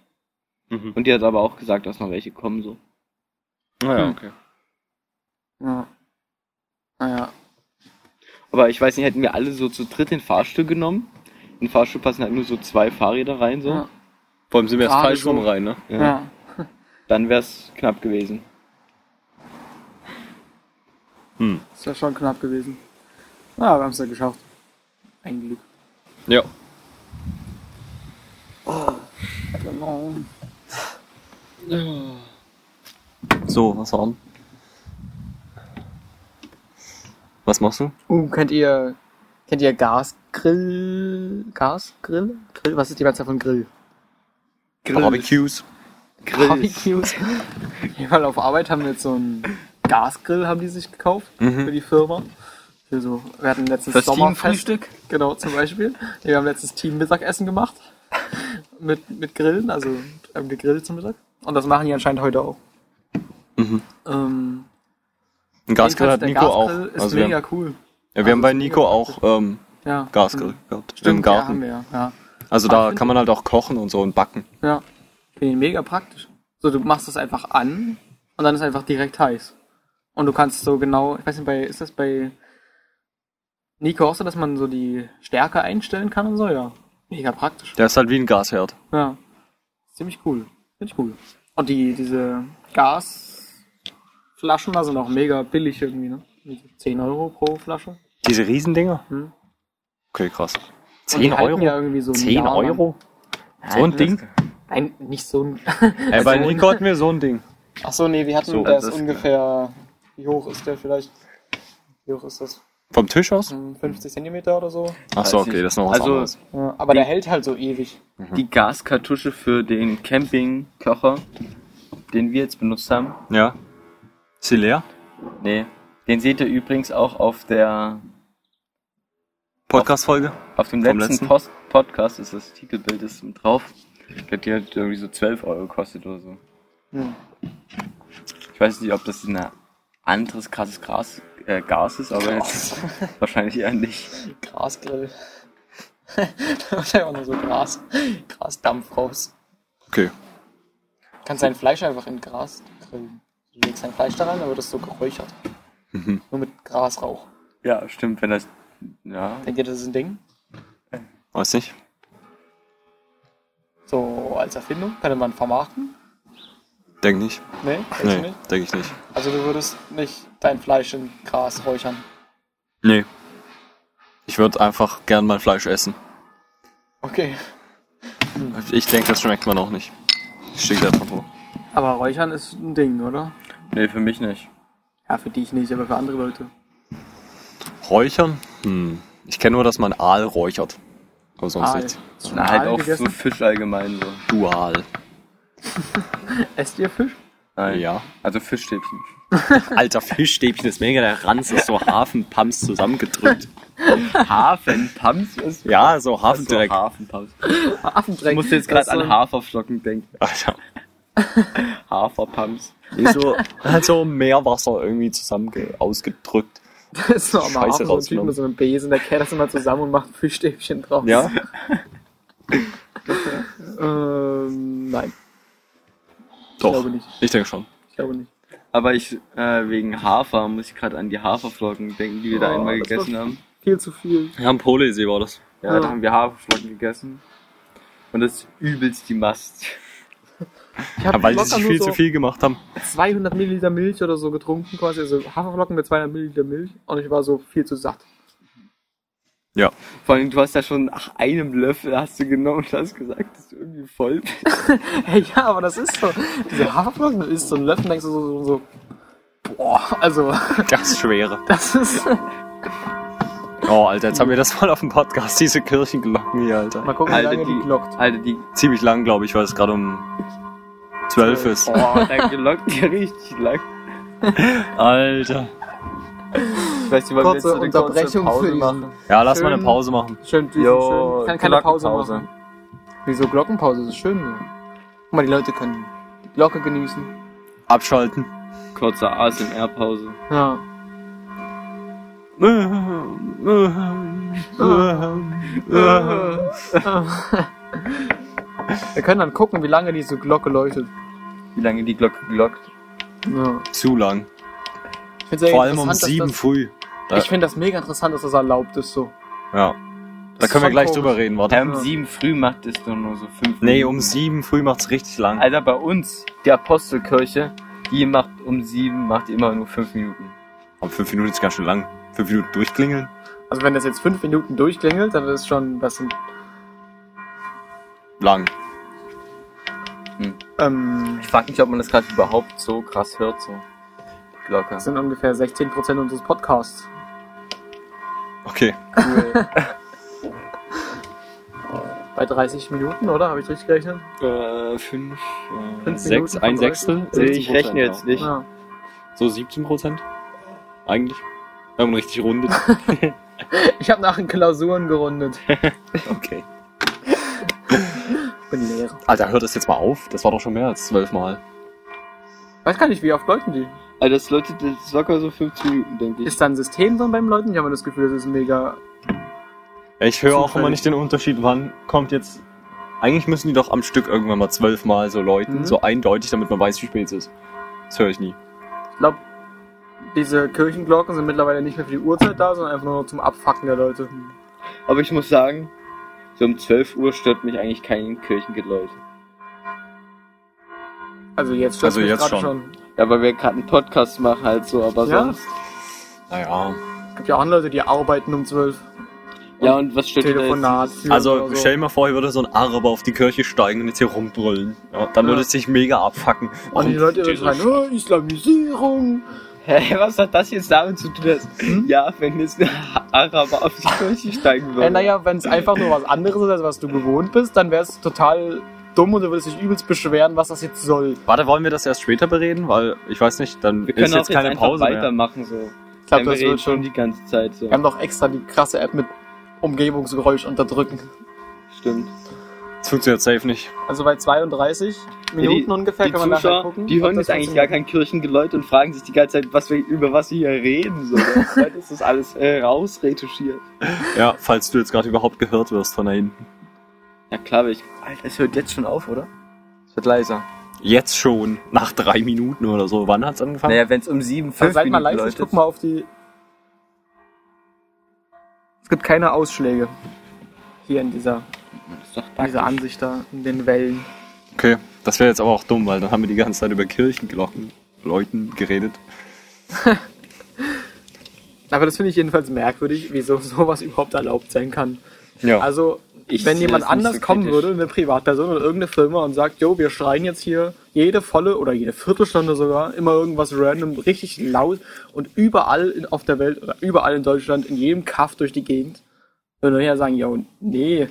Mhm.
Und die hat aber auch gesagt, dass noch welche kommen, so.
Ah ja,
Hm.
okay.
Ja. Naja.
Aber ich weiß nicht, hätten wir alle so zu dritt den Fahrstuhl genommen? In den Fahrstuhl passen halt nur so zwei Fahrräder rein, so.
Ja.
Vor allem sind wir erst
Gerade
falsch rum
so.
rein, ne?
Ja.
Ja. Dann wär's knapp gewesen.
Hm.
Ist ja schon knapp gewesen. Na, wir haben es ja geschafft. Ein Glück.
Ja.
Genau.
So, was haben? Was machst du?
Uh, kennt ihr, kennt ihr Gasgrill, Gasgrill? Grill? Was ist die Mehrzahl von Grill?
Barbecues.
Grills.
Barbecues. Weil auf Arbeit haben wir jetzt so einen Gasgrill, haben die sich gekauft
Mhm.
für die Firma. Für so, wir hatten letztes
Fürs
Sommerfest.
Teamfrühstück?
Genau, zum Beispiel. Wir haben letztes Team-Mittagessen gemacht. Mit, mit Grillen, also ähm, gegrillt zum Mittag. Und das machen die anscheinend heute auch.
Mhm.
Ähm,
Ein Gasgrill
jedenfalls
hat
der
Nico auch.
Gasgrill ist
Also wir,
mega
haben-
cool.
ja, wir haben bei
also ist
Nico
mega
auch ähm,
Ja. Mhm.
Gasgrill gehabt.
Stimmt,
Im
Ja, haben
Garten.
wir ja. ja.
also
Ah,
da
find
kann man halt auch kochen und so und backen.
Ja. Finde ich mega praktisch. So, du machst das einfach an und dann ist einfach direkt heiß. Und du kannst so genau, ich weiß nicht, bei, ist das bei Nico auch so, dass man so die Stärke einstellen kann und so? Ja. Mega praktisch.
Der ist halt wie ein Gasherd.
Ja. Ziemlich cool. Ziemlich cool. Und die, diese Gasflaschen da sind auch mega billig irgendwie, ne? Irgendwie so 10 Euro pro Flasche.
Diese Riesendinger?
Hm.
Okay, krass.
Und die
10
halten
Euro?
Ja irgendwie so ein
10
Jahr lang.
Euro? So ein Ding?
Nein, nicht so ein.
Ey, bei Nico hatten wir so ein Ding.
Ach so, nee, wir hatten,
So,
der
das
ist
ist
ungefähr, wie hoch ist der vielleicht? Wie hoch ist das?
Vom Tisch aus?
Hm, 50 Zentimeter oder so?
Ach so,
Weiß
okay,
ich.
das ist noch was
Also-
anderes. Mhm.
Ja, aber der hält halt so ewig.
Die Gaskartusche für den Campingkocher, den wir jetzt benutzt haben.
Ja. Ist sie leer?
Nee. Den seht ihr übrigens auch auf der
Podcast-Folge?
auf dem
Vom
letzten,
letzten?
Post Podcast ist das Titelbild ist mit drauf. Ich glaube, die hat irgendwie so 12 Euro gekostet oder so.
Hm.
Ich weiß nicht, ob das ein anderes krasses Gras, äh, Gas ist, aber jetzt wahrscheinlich eher nicht.
Grasgrill. da macht einfach nur so Gras. Grasdampf raus.
Okay.
Kannst dein Fleisch einfach in Gras grillen. Du legst dein Fleisch da rein, dann wird das so geräuchert.
Mhm.
Nur mit Grasrauch.
Ja, stimmt, wenn das. Ja.
Denkt ihr, das ist ein Ding?
Weiß nicht.
So als Erfindung? Könnte man vermarkten?
Denk nicht.
Nee, denkst du
Nee,
nicht?
denk ich nicht.
Also du würdest nicht dein Fleisch in Gras räuchern.
Nee. Ich würde einfach gern mein Fleisch essen.
Okay.
Ich denke, das schmeckt man auch nicht. Ich stehe einfach vor.
Aber räuchern ist ein Ding, oder?
Nee, für mich nicht.
Ja, für dich nicht, aber für andere Leute.
Räuchern? Hm. Ich kenne nur, dass man Aal räuchert. Aber sonst
Aal.
nichts.
Schon
Na, halt
Aal
auch
gegessen?
so Fisch allgemein so.
Dual.
Esst ihr Fisch?
Nein.
Ja.
Also Fischstäbchen.
Alter, Fischstäbchen ist mega. Der Ranz ist so Hafenpumps zusammengedrückt.
Hafenpumps? Was?
Ja, so Hafendreck.
So Hafenpumps.
Affendreck.
Ich musste jetzt
Das ist
gerade
so
an
ein-
Haferflocken denken.
Alter.
Haferpumps.
Nee, so, halt so Meerwasser irgendwie zusammen ausgedrückt.
Das ist noch mal
Scheiße
Hafen, so ein Typ
rausgenommen.
mit so einem Besen, der kehrt das immer zusammen und macht ein Fischstäbchen draus.
Ja?
Ähm, nein,
Doch.
glaube nicht.
Ich denke schon.
ich glaube nicht.
Aber ich, äh, wegen Hafer muss ich gerade an die Haferflocken denken, die wir da
Oh,
einmal
das
gegessen
war-
haben.
Viel zu viel.
Ja, am Polesee war das.
Ja,
Ja.
da haben wir Haferflocken gegessen. Und das ist übelst die Mast.
Ich habe
Ja, weil die sich viel zu viel gemacht haben.
200 Milliliter Milch oder so getrunken quasi, also Haferflocken mit 200 Milliliter Milch und ich war so viel zu satt.
Ja.
Vor allem, du hast ja schon nach einem Löffel hast du genommen und hast gesagt, dass du irgendwie voll bist.
Hey, ja, aber das ist so. Diese Haferflocken, du isst so einen Löffel und denkst du so, so, so, boah, also,
Das Schwere.
das ist.
Oh, Alter, jetzt haben wir das mal auf dem Podcast, diese Kirchenglocken hier,
Mal
Alter.
gucken, wie
Alter,
lange die
die,
glockt.
Alter, die,
Ziemlich lang, glaube ich, weil es gerade um zwölf ist.
boah, da Oh, gelockt die richtig lang.
Alter.
Weißt du,
Kurze Unterbrechung für diesen-
Ja, lass mal
Schön.
eine Pause machen.
Schön, diesen
Jo,
schön. Kann keine Pause
Glockenpause.
machen. Wieso Glockenpause? Das ist schön. so. Guck mal, die Leute können die Glocke genießen.
Abschalten.
Kurze ASMR-Pause.
Ja. Wir können dann gucken, wie lange diese Glocke leuchtet.
Wie lange die Glocke glockt?
Ja.
Zu lang.
Ich find's sehr
Vor allem um
interessant, dass
sieben
Das,
früh. Da,
ich finde das mega interessant, dass das erlaubt ist so.
ja. Da
ist
können wir
schon
gleich
komisch.
drüber reden,
Ja,
warte.
um sieben früh macht es doch nur so fünf.
Nee,
Minuten.
um sieben früh macht's richtig lang.
Alter, bei uns, die Apostelkirche, die macht um sieben, macht immer nur fünf Minuten.
Aber fünf Minuten ist ganz schön lang. Fünf Minuten durchklingeln.
Also wenn das jetzt fünf Minuten durchklingelt, dann ist schon, das sind,
Lang.
ähm,
Ich frag mich, ob man das gerade überhaupt so krass hört, so. Die Glocke.
das sind ungefähr 16% unseres Podcasts.
Okay.
Bei 30 Minuten, oder? Habe ich richtig gerechnet?
Äh, fünf,
äh,
Minuten
sechs, ein
von
Sechstel?
Also Ich
17%,
rechne jetzt
ja.
nicht.
Ja.
So 17 Prozent? Eigentlich. Wenn man richtig rundet.
Ich habe nach den Klausuren gerundet.
Okay.
Ich bin Lehrer.
Alter, hört das jetzt mal auf. Das war doch schon mehr als zwölfmal.
Weiß gar nicht, wie oft läuten die.
Alter, Also das läutet jetzt locker so 15 Minuten, denke
Ist da ein System drin beim Läuten? Ich habe das Gefühl, das ist mega...
Ich höre auch
Zufällig.
immer nicht den Unterschied, wann kommt jetzt. Eigentlich müssen die doch am Stück irgendwann mal zwölfmal so läuten,
Mhm.
so eindeutig, damit man weiß, wie spät es ist. Das höre ich nie.
Ich glaube, diese Kirchenglocken sind mittlerweile nicht mehr für die Uhrzeit da, sondern einfach nur noch zum Abfacken der Leute.
Aber ich muss sagen, so um 12 Uhr stört mich eigentlich kein Kirchengeläute.
Also jetzt stört
Also
mich
jetzt
gerade
schon. Also
Ja, weil wir gerade einen Podcast machen halt so, aber
Ja?
sonst.
Naja.
Es gibt ja auch Leute, die arbeiten um 12.
Ja, und was stört dir da jetzt?
Telefonat. führen
Also
oder so.
stell dir mal vor, hier würde so ein Araber auf die Kirche steigen und jetzt hier rumbrüllen. Ja, dann
Ja.
würde es sich mega abfacken.
Und die Leute würden
halt
schreien, oh, Islamisierung.
Hä, was hat das jetzt damit zu tun? Dass, Ja, wenn jetzt ein Araber auf die Kirche steigen würde.
Hm? Äh, naja, wenn es einfach nur was anderes ist, als was du gewohnt bist, dann wäre es total dumm und du würdest dich übelst beschweren, was das jetzt soll.
Warte, wollen wir das erst später bereden? Weil ich weiß nicht, dann
wir
ist
können auch
jetzt
jetzt
keine
einfach
Pause mehr.
weitermachen so.
Ich
Glaub,
glaube,
wir
das
reden
wird
schon
schon.
die ganze Zeit so.
Wir haben doch extra die krasse App mit Umgebungsgeräusch unterdrücken.
Stimmt.
Das funktioniert safe nicht.
Also bei 32 Minuten
die,
ungefähr
die
kann man nachher
Zuschauer,
gucken.
die
ob
hören
das
jetzt eigentlich gar
funktioniert.
kein Kirchengeläut und fragen sich die ganze Zeit, was wir, über was wir hier reden. So. Vielleicht ist das alles äh, rausretuschiert.
Ja, falls du jetzt gerade überhaupt gehört wirst von da hinten.
Na klar, ich. Alter, es hört jetzt schon auf, oder? Es wird leiser.
Jetzt schon, nach drei Minuten oder so. Wann hat's angefangen?
Naja, wenn es um sieben,
Also
fünf
seid mal
Minuten
leise, ich
läutet.
guck mal auf die. Es gibt keine Ausschläge. Hier in dieser,
Das ist doch
in dieser
praktisch.
Ansicht da, in den Wellen.
Okay, das wäre jetzt aber auch dumm, weil dann haben wir die ganze Zeit über Kirchenglocken, Leuten geredet.
Aber das finde ich jedenfalls merkwürdig, wieso sowas überhaupt erlaubt sein kann.
Ja.
Also,
Ich
wenn
sehe
jemand
das nicht
anders
so
kommen
kritisch.
würde, eine Privatperson oder irgendeine Firma und sagt, jo, wir schreien jetzt hier jede volle oder jede Viertelstunde sogar immer irgendwas random, richtig laut und überall in, auf der Welt oder überall in Deutschland, in jedem Kaff durch die Gegend, würde er ja sagen, jo, nee,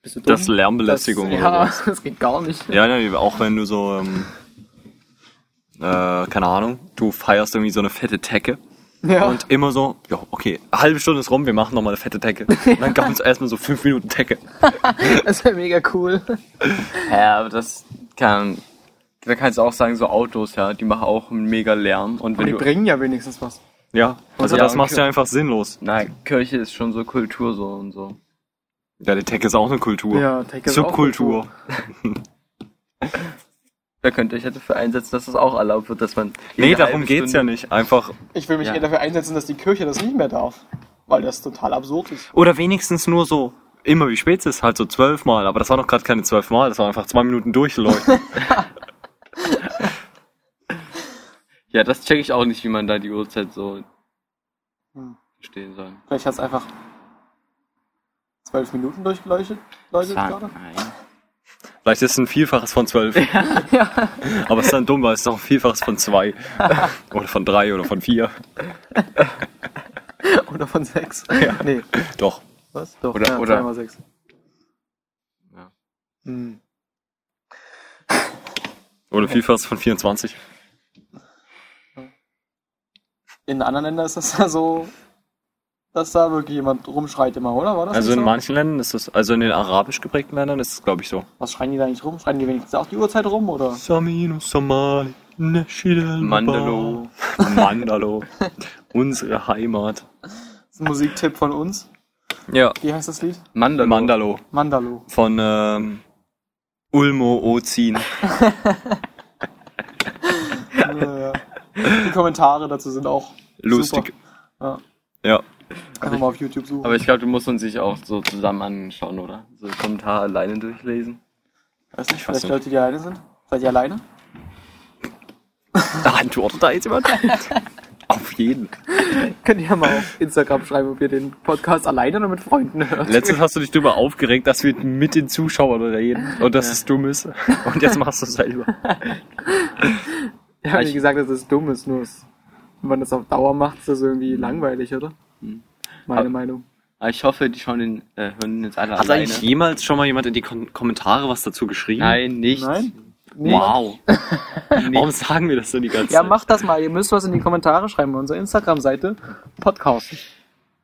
bist du dumm?
Das ist Lärmbelästigung
Das,
oder
ja, das geht gar nicht.
ja, ja, auch wenn du so, ähm, äh, keine Ahnung, du feierst irgendwie so eine fette Tecke.
Ja.
Und immer so, ja, okay, eine halbe Stunde ist rum, wir machen nochmal eine fette Tecke. Und dann gab es erstmal so fünf Minuten Tecke.
Das wäre mega cool.
Ja, aber das kann. Da kannst du auch sagen, so Autos, ja, die machen auch einen mega Lärm. Und wenn
Die
du.
bringen ja wenigstens was.
Ja, also
Ja,
das machst du
okay.
ja einfach sinnlos.
Na, Kirche ist schon so Kultur so und so.
Ja, die Tecke ist auch eine Kultur.
Ja, Tecke ist auch
Subkultur.
Da könnt ihr euch ja dafür einsetzen, dass das auch erlaubt wird, dass man.
Nee, darum geht's ja nicht. Einfach
Ich will mich
Ja.
eher dafür einsetzen, dass die Kirche das nicht mehr darf. Weil das total absurd ist.
Oder wenigstens nur so, immer wie spät es ist, halt so zwölfmal. Aber das war noch gerade keine zwölfmal, das war einfach zwei Minuten durchleuchten.
Ja, das check ich auch nicht, wie man da die Uhrzeit so
Hm.
verstehen soll.
Vielleicht hat es einfach zwölf Minuten durchgeleuchtet leuchtet
Sag
gerade.
nein.
Vielleicht ist es ein Vielfaches von zwölf. Aber es ist dann dumm, weil es ist doch ein Vielfaches von zwei. oder von drei oder von vier.
Oder von sechs.
Ja.
Nee,
Doch.
was? Doch,
Oder-
ja,
oder-
zwei mal sechs.
Ja.
Hm.
Oder ein Vielfaches von 24.
In anderen Ländern ist das ja so, dass da wirklich jemand rumschreit immer, oder? War das
Also
nicht
in
so?
manchen Ländern ist das, also in den arabisch geprägten Ländern ist es, glaube ich, so.
Was schreien die da nicht rum? Schreien die wenigstens auch die Uhrzeit rum, oder?
Samino, Somali, Mandalo.
Mandalo.
Mandalo. Unsere Heimat.
Das ist ein Musiktipp von uns.
Ja.
Wie heißt das Lied?
Mandalo.
Mandalo.
Mandalo.
Von ähm, Ulmo Ozin.
Ja, ja. Die Kommentare dazu sind auch
Lustig.
Super.
Ja.
Einfach mal auf YouTube suchen.
Aber ich glaube, du musst uns sich auch so zusammen anschauen, oder? So Kommentar alleine durchlesen.
weiß nicht,
weiß
vielleicht Leute, die alleine sind. Seid ihr alleine?
Antwortet da jetzt jemand? Auf jeden.
Könnt ihr mal auf Instagram schreiben, ob ihr den Podcast alleine oder mit Freunden hört.
Letztens hast du dich darüber aufgeregt, dass wir mit den Zuschauern reden und dass es dumm ist. Und jetzt machst du es selber.
Ich habe
Ich-
nicht gesagt, dass es dumm ist, nur es, wenn man das auf Dauer macht, ist das irgendwie langweilig, oder? Meine
Mhm. Aber-
Meinung.
Aber Ah, ich hoffe, die schauen den, äh, hören jetzt alle
Hat
alleine.
eigentlich jemals schon mal jemand in die Kon Kommentare was dazu geschrieben?
Nein, nicht.
Nein?
Wow. Warum sagen wir das denn die ganze
Ja,
Zeit?
macht das mal. Ihr müsst was in die Kommentare schreiben bei unserer Instagram-Seite. Podcast.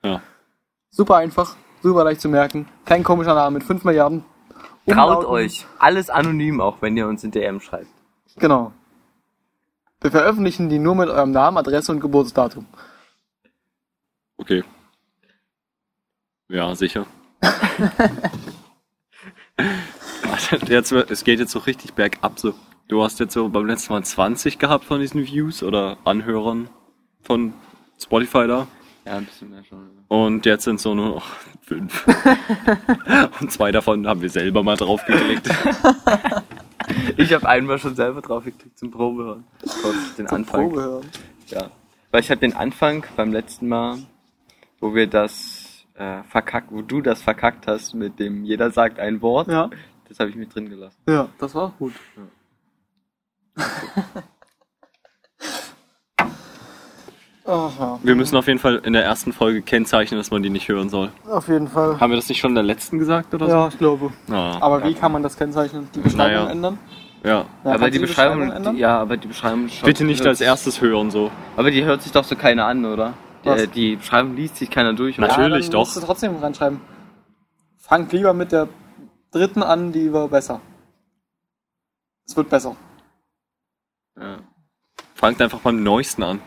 Ja.
Super einfach, super leicht zu merken. Kein komischer Name mit 5 Milliarden.
Traut
Umlauten.
euch. Alles anonym, auch wenn ihr uns in DM schreibt.
Genau. Wir veröffentlichen die nur mit eurem Namen, Adresse und Geburtsdatum.
Okay. Ja, sicher. Warte, jetzt, es geht jetzt so richtig bergab. So. Du hast jetzt so beim letzten Mal 20 gehabt von diesen Views oder Anhörern von Spotify da.
Ja, ein bisschen mehr schon.
Und jetzt sind so nur noch fünf. Und zwei davon haben wir selber mal draufgeklickt.
Ich habe einmal schon selber drauf geklickt zum Probehören. Kurz den Anfang.
Probe hören.
Ja. Weil ich habe den Anfang beim letzten Mal, wo wir das äh, verkackt, wo du das verkackt hast, mit dem jeder sagt ein Wort,
Ja.
das habe ich mit drin gelassen.
Ja, das war gut. Aha,
Wir müssen auf jeden Fall in der ersten Folge kennzeichnen, dass man die nicht hören soll.
auf jeden Fall.
Haben wir das nicht schon in der letzten gesagt oder so?
Ja, ich glaube.
Ah,
Aber wie kann man das kennzeichnen? Die Beschreibung
Naja.
ändern?
ja.
Ja,
aber
kannst
die
du
Beschreibung,
ändern?
die, ja, aber die Beschreibung schaut-
Bitte nicht
hört
als
sich-
erstes hören so.
Aber die hört sich doch so keiner an, oder?
Was?
Die, äh, die Beschreibung liest sich keiner durch.
Ja,
Oder?
Natürlich
dann
doch.
Musst du trotzdem reinschreiben. Fangt lieber mit der dritten an, die war besser. Es wird besser.
Ja.
Fangt einfach beim Neuesten an.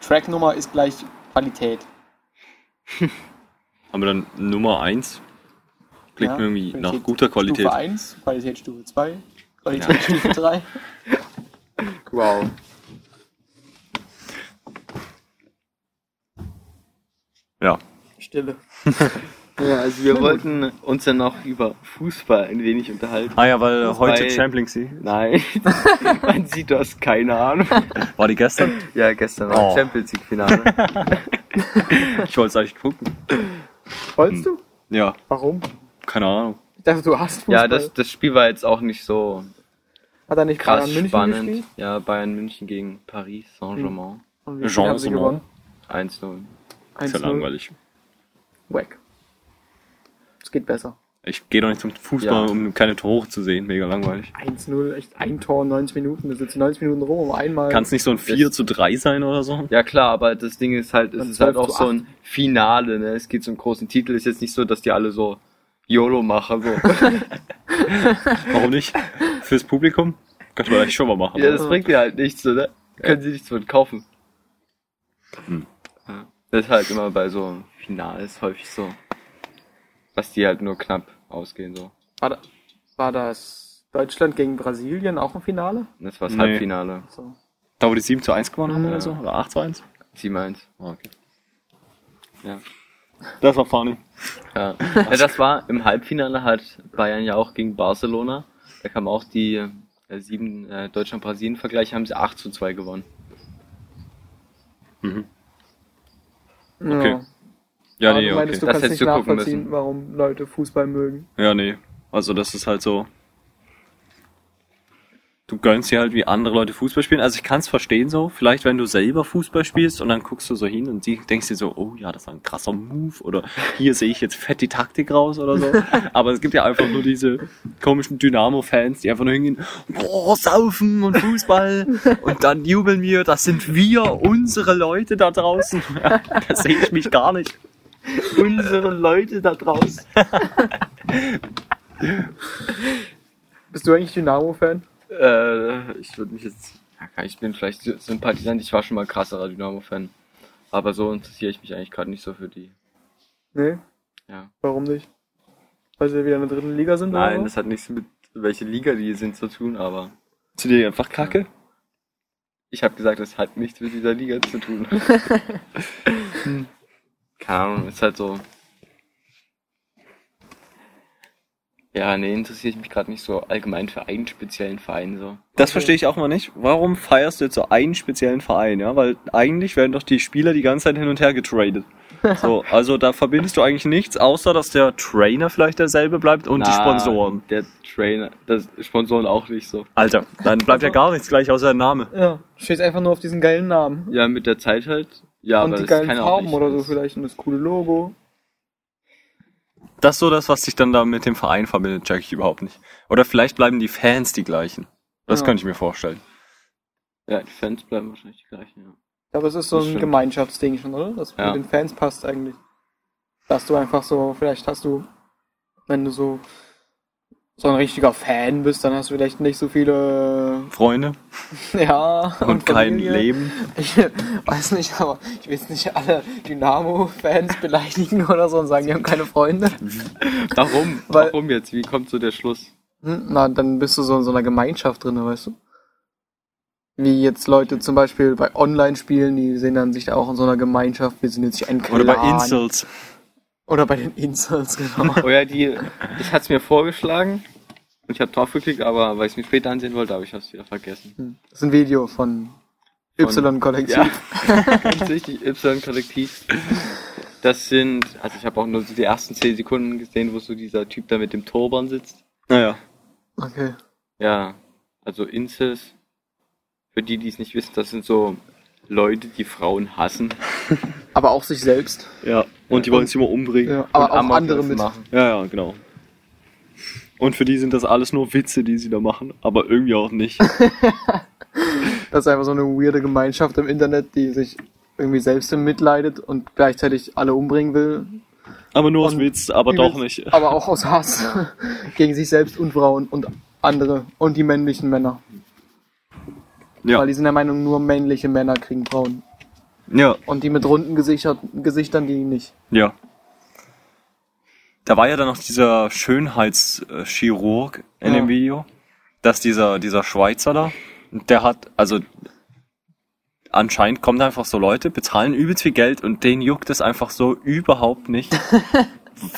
Tracknummer ist gleich Qualität.
Aber dann Nummer 1 klingt
Ja,
mir irgendwie
Qualität
nach guter Qualität.
Stufe 1, Qualitätsstufe 2, Qualitätsstufe 3.
Wow.
Ja.
Stille.
Ja, also wir wollten uns ja noch über Fußball ein wenig unterhalten.
Ah ja, weil
Das
heute
bei-
Champions League
Nein, man sieht das, keine Ahnung.
war die gestern.
Ja, gestern war
Oh.
Champions League Finale.
Ich wollte es eigentlich gucken. Hm.
Wolltest du?
Ja,
Warum?
keine Ahnung.
Ich dachte, du hast Fußball.
ja, das, das Spiel war jetzt auch nicht so
Hat er nicht
krass
Bayern München
spannend.
gespielt? Hm.
Ja, Bayern München gegen Paris Saint-Germain.
Und wie
Jean
haben sie
Simon.
gewonnen?
1-0.
Ist ja
1-0.
langweilig.
Wack. Es geht besser.
Ich gehe doch nicht zum Fußball,
Ja.
um keine Tore zu sehen. Mega langweilig.
1-0, echt ein Tor in 90 Minuten. Das sitzt 90 Minuten rum, aber einmal.
Kann es nicht so ein 4 zu 3 sein oder so?
Ja klar, aber das Ding ist halt, es
Und
ist halt
12
auch
zu
so ein Finale, ne? Es geht zum großen Titel, ist jetzt nicht so, dass die alle so YOLO machen. So.
Warum nicht? Fürs Publikum? Könnte man eigentlich schon mal machen.
ja, das bringt dir halt nichts, oder? Können sie nichts von kaufen.
Hm.
Ja. Das ist halt immer bei so Finales häufig so. Dass die halt nur knapp ausgehen so.
War, da, war das Deutschland gegen Brasilien auch im Finale?
Und das war das
Nee.
Ne, Halbfinale.
So.
Da wo die 7 zu 1 gewonnen haben
Ja.
oder so? Oder 8 zu 1?
Team 1.
Okay.
Ja.
Das war funny.
Ja. ja, das war im Halbfinale hat Bayern ja auch gegen Barcelona. Da kamen auch die äh, sieben äh, Deutschland-Brasilien-Vergleiche, haben sie 8 zu 2 gewonnen.
Okay.
Ja.
Ja,
Aber
nee,
Ah, du meinst, du
okay.
Das
kannst
hättest
nicht
du gucken
nachvollziehen,
müssen.
warum Leute Fußball mögen.
Ja, nee. Also das ist halt so. Du gönnst dir halt, wie andere Leute Fußball spielen. Also ich kann es verstehen so. Vielleicht, wenn du selber Fußball spielst und dann guckst du so hin und sie- denkst dir so, oh ja, das war ein krasser Move oder hier sehe ich jetzt fett die Taktik raus oder so. Aber es gibt ja einfach nur diese komischen Dynamo-Fans, die einfach nur hingehen, boah, saufen und Fußball und dann jubeln wir, das sind wir, unsere Leute da draußen. da sehe ich mich gar nicht.
Unsere Leute da draußen.
Bist du eigentlich Dynamo-Fan?
Äh, ich würde mich jetzt. Ja, klar, Ich bin vielleicht Sympathisant, ich war schon mal krasserer Dynamo-Fan. Aber so interessiere ich mich eigentlich gerade nicht so für die.
Nee?
Ja.
Warum nicht? Weil sie wieder in der dritten Liga sind?
Nein,
oder? so?
das hat nichts mit welche Liga die sind zu tun, aber
Zu dir einfach kacke?
ich habe gesagt, das hat nichts mit dieser Liga zu tun. Hm. Keine Ahnung, ist halt so. Ja, nee, interessiere ich mich gerade nicht so allgemein für einen speziellen Verein so.
Das verstehe ich auch mal nicht. Warum feierst du jetzt so einen speziellen Verein? Ja, weil eigentlich werden doch die Spieler die ganze Zeit hin und her getradet. So, also da verbindest du eigentlich nichts, außer dass der Trainer vielleicht derselbe bleibt und die
Na,
Sponsoren.
Der Trainer, das Sponsoren auch nicht so.
Alter, dann bleibt
Also-
ja gar nichts gleich außer der Name.
Ja, steht einfach nur auf diesen geilen Namen.
Ja, mit der Zeit halt. Ja,
und
aber
die
das
geilen
kann auch
Farben
nicht.
oder so vielleicht und das coole Logo.
Das ist so das, was dich dann da mit dem Verein verbindet, check ich überhaupt nicht. Oder vielleicht bleiben die Fans die gleichen. Das
Ja.
könnte ich mir vorstellen.
Ja, die Fans bleiben wahrscheinlich die gleichen, ja.
Aber es ist so
Das
ein
stimmt.
Gemeinschaftsding schon, oder? Das
Ja.
mit den Fans passt eigentlich. Dass du einfach so, vielleicht hast du, wenn du so, so ein richtiger Fan bist, dann hast du vielleicht nicht so viele,
Freunde
ja,
und, kein
Familie.
Leben.
Ich weiß nicht, aber ich will jetzt nicht alle Dynamo-Fans beleidigen oder so und sagen, die haben keine Freunde.
Warum?
Weil-
Warum jetzt? Wie kommt so der Schluss?
Hm, Na, dann bist du so in so einer Gemeinschaft drin, weißt du? Wie jetzt Leute zum Beispiel bei Online-Spielen, die sehen dann sich da auch in so einer Gemeinschaft, wir sind jetzt nicht ein Clan.
Oder bei Insults.
Oder bei den Insults, genau.
Oh ja, die. Ich hat's mir vorgeschlagen und ich habe draufgeklickt, aber weil ich mir später ansehen wollte, habe ich es wieder vergessen.
Das ist ein Video von Y-Kollektiv.
Ja, ganz wichtig, Y-Kollektiv. Das sind, also ich habe auch nur so die ersten 10 Sekunden gesehen, wo so dieser Typ da mit dem Turban sitzt.
Naja.
Okay.
Ja, also Incels, für die, die es nicht wissen, das sind so Leute, die Frauen hassen.
Aber auch sich selbst.
Ja. Und die wollen sich immer umbringen.
Ja, aber auch
Amok
andere
das
mit.
Machen.
Ja, ja, genau. Und für die sind das alles nur Witze, die sie da machen, aber irgendwie auch nicht.
Das ist einfach so eine weirde Gemeinschaft im Internet, die sich irgendwie selbst mitleidet und gleichzeitig alle umbringen will.
Aber nur aus
Und
Witz, aber doch nicht.
Aber auch aus Hass. Gegen sich selbst und Frauen und andere. Und die männlichen Männer.
Ja.
Weil die sind der Meinung, nur männliche Männer kriegen Frauen.
ja,
Und die mit runden Gesichter, Gesichtern, die nicht.
ja. Da war ja dann noch dieser Schönheitschirurg in
Ja.
dem Video, dass dieser, dieser Schweizer da, der hat, also anscheinend kommen da einfach so Leute, bezahlen übelst viel Geld und denen juckt es einfach so überhaupt nicht,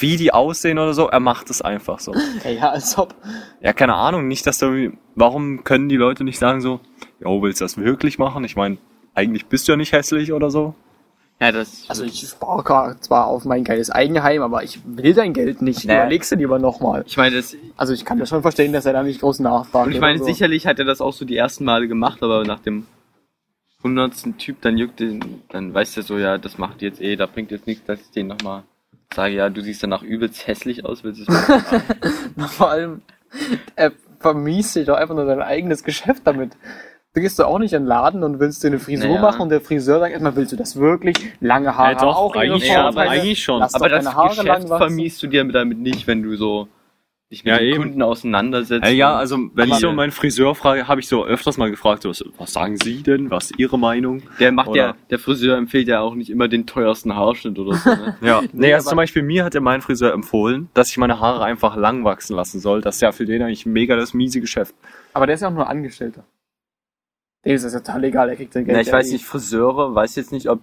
wie die aussehen oder so, er macht es einfach so.
Ja, ja als ob.
Ja, keine Ahnung, nicht, dass da irgendwie- Warum können die Leute nicht sagen so, jo, willst du das wirklich machen? Ich meine, eigentlich bist du ja nicht hässlich oder so.
Ja, das.
Also ich spare gra- zwar auf mein geiles Eigenheim, aber ich will dein Geld nicht.
Nee.
Überlegst du lieber nochmal.
ich meine, das,
Also ich kann das schon verstehen, dass er da nicht groß nachfragt.
Und ich meine,
oder so.
sicherlich hat er das auch so die ersten Male gemacht, aber nach dem hundertsten Typ, dann juckt den, dann weiß er so, ja, das macht jetzt eh, da bringt jetzt nichts, dass ich den nochmal sage, ja, du siehst danach übelst hässlich aus, willst du es machen?
Vor allem, er vermiest sich doch einfach nur sein eigenes Geschäft damit. Du gehst doch auch nicht in den Laden und willst dir eine Frisur
Naja.
machen und der Friseur sagt erstmal, willst du das wirklich? Lange Haare
Ja, doch,
haben auch ihre
eigentlich
schon,
Vorteile.
eigentlich schon.
Lass
aber
doch
das
deine Haare
Geschäft
lang wachsen.
vermiest du dir damit nicht, wenn du so dich mit
Ja,
den
eben.
Kunden auseinandersetzt.
Äh, ja,
und-
also wenn ich
Aber-
so meinen Friseur frage, habe ich so öfters mal gefragt, so, was, was sagen Sie denn? Was ist Ihre Meinung?
der macht ja,
oder-
der Friseur empfiehlt ja auch nicht immer den teuersten Haarschnitt oder so. Ne?
Ja, nee, also
aber-
zum Beispiel mir hat ja mein Friseur empfohlen, dass ich meine Haare einfach lang wachsen lassen soll. Das ist ja für den eigentlich mega das miese Geschäft.
Aber der ist ja auch nur Angestellter. Dem ist das ja total egal, der kriegt sein Geld.
Na, ich
ja
weiß
eh.
nicht, Friseure, weiß jetzt nicht, ob.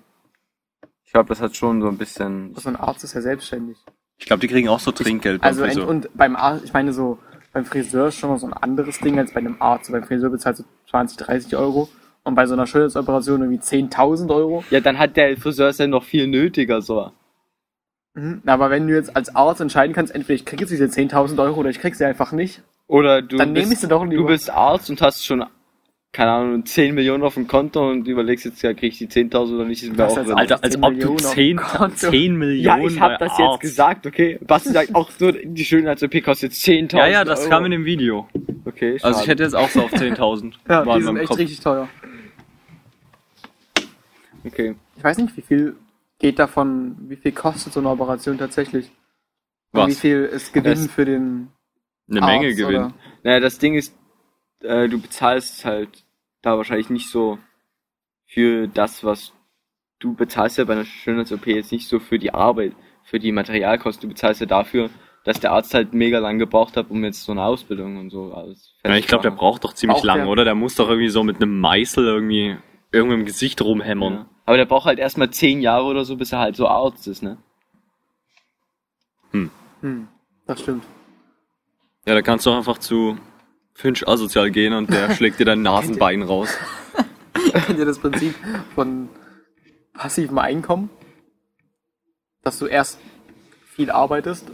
Ich glaube, das hat schon so ein bisschen.
So ein Arzt ist ja selbstständig.
Ich glaube, die kriegen auch so Trinkgeld beim
Also ein,
Friseur.
und beim Arzt, ich meine so, beim Friseur ist schon mal so ein anderes Ding als bei einem Arzt. So, beim Friseur bezahlst du 20, 30 Euro und bei so einer Schönheitsoperation irgendwie 10.000 Euro.
Ja, dann hat der Friseur es ja noch viel nötiger so.
Mhm. Aber wenn du jetzt als Arzt entscheiden kannst, entweder ich krieg jetzt diese 10.000 Euro oder ich krieg sie einfach nicht.
Oder du,
Dann nehm
bist,
ich sie doch lieber.
du bist Arzt und hast schon, keine Ahnung, 10 Millionen auf dem Konto und überlegst jetzt, ja, krieg ich die 10.000 oder nicht, ist mir
Das
auch
heißt,
relativ.
Alter, als
10
ob
Millionen
du
auf
10,
Konto.
10 Millionen.
Ja, ich hab
bei
das
Arzt-
jetzt gesagt, okay. Basti sagt auch nur, die Schönheits-OP kostet jetzt 10.000
Ja, ja, das
Euro.
kam in dem Video.
Okay, schade.
Also ich hätte jetzt auch so auf 10.000.
Ja,
war
die
in
sind
meinem
echt
Kopf.
richtig teuer.
Okay.
Ich weiß nicht, wie viel geht davon, wie viel kostet so eine Operation tatsächlich? Und Wie
Was?
viel ist Gewinn
Das-
für den
Eine
Arzt,
Menge Gewinn.
oder?
Naja, das Ding ist, äh, du bezahlst halt da wahrscheinlich nicht so für das, was du bezahlst ja bei einer Schönheits-OP jetzt nicht so für die Arbeit, für die Materialkosten. Du bezahlst ja dafür, dass der Arzt halt mega lang gebraucht hat, um jetzt so eine Ausbildung und so alles
Ja, ich glaube, der
braucht
braucht doch ziemlich
Braucht
lang,
der.
oder? Der muss doch irgendwie so mit einem Meißel irgendwie irgendwo im Gesicht rumhämmern.
ja. Aber der braucht halt erstmal zehn Jahre oder so, bis er halt so Arzt ist, ne?
Hm, das stimmt.
Ja, da kannst du auch einfach zu Finch asozial gehen und der schlägt dir dein Nasenbein raus.
Kennt ihr das Prinzip von passivem Einkommen? Dass du erst viel arbeitest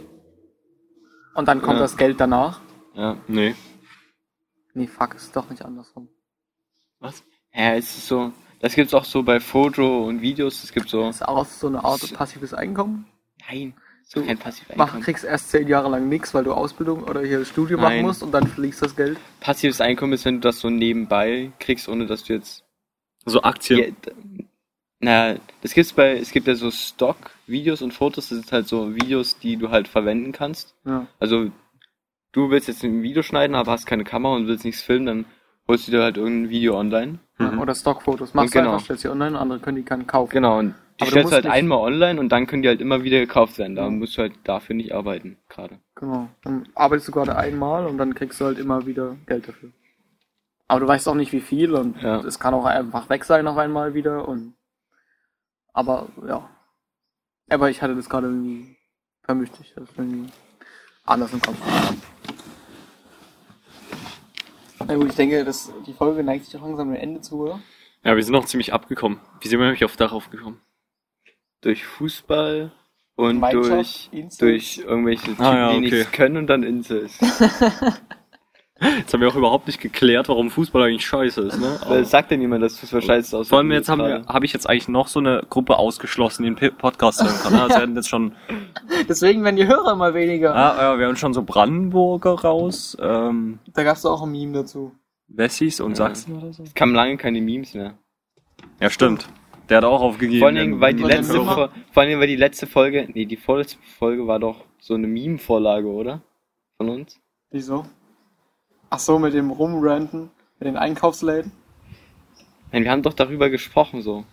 und dann kommt
Ja.
das Geld danach?
Ja.
Nee.
Nee, fuck, ist doch nicht andersrum.
Was?
Ja, es ist so. Das gibt's auch so bei Foto und Videos, es gibt so.
Ist auch so eine Art passives Einkommen?
Nein,
Du
so kein passives
mach,
Einkommen.
kriegst erst zehn Jahre lang nichts, weil du Ausbildung oder hier Studium machen
Nein.
musst und dann fliegst das Geld.
Passives Einkommen ist, wenn du das so nebenbei kriegst, ohne dass du jetzt
So Aktien.
Ja, d- na, das gibt's bei, es gibt ja so Stock-Videos und Fotos, das sind halt so Videos, die du halt verwenden kannst.
Ja.
Also, du willst jetzt ein Video schneiden, aber hast keine Kamera und willst nichts filmen, dann holst du dir halt irgendein Video online.
Ja, Oder Stockfotos. Machst
Mhm. Genau.
du einfach, stellst sie online, andere können die kann kaufen.
Genau, und die
Aber du
stellst
musst
du halt
nicht-
einmal online und dann können die halt immer wieder gekauft werden. Da musst du halt dafür nicht arbeiten, gerade.
Genau. Dann arbeitest du gerade einmal und dann kriegst du halt immer wieder Geld dafür. Aber du weißt auch nicht, wie viel und
Ja.
es kann auch einfach weg sein noch einmal wieder und aber ja. Aber ich hatte das gerade irgendwie vermischt. Ich hatte das irgendwie anders im Kopf. Na gut, ich denke, dass die Folge neigt sich auch langsam dem Ende zu, oder?
Ja, wir sind noch ziemlich abgekommen. Wie sind wir nämlich auf darauf gekommen?
Durch Fußball und
Gemeinschaft,
durch,
Insel.
durch irgendwelche Typen,
Ah, ja,
die
okay.
nichts können und dann Insels.
Jetzt haben wir auch überhaupt nicht geklärt, warum Fußball eigentlich scheiße ist, ne?
Weil sagt ja niemand, dass Fußball scheiße aussieht.
Vor allem jetzt haben
gerade.
wir, habe ich jetzt eigentlich noch so eine Gruppe ausgeschlossen, die einen P- Podcast hören kann. ne? Also wir hätten jetzt schon,
Deswegen werden die Hörer immer weniger.
ah, ja, wir haben schon so Brandenburger raus, ähm,
Da gab es auch ein Meme dazu.
Wessis und
Ja.
Sachsen oder so.
kamen lange keine Memes mehr.
Ja, stimmt. Der hat auch aufgegeben.
Vor allen Dingen, weil die
Und dann
letzte
sind wir-
Fo- vor allen Dingen, weil die letzte Folge, nee, die vorletzte Folge war doch so eine Meme-Vorlage, oder? Von uns?
Wieso? Ach so, mit dem Rumranten, mit den Einkaufsläden.
Nein, wir haben doch darüber gesprochen so.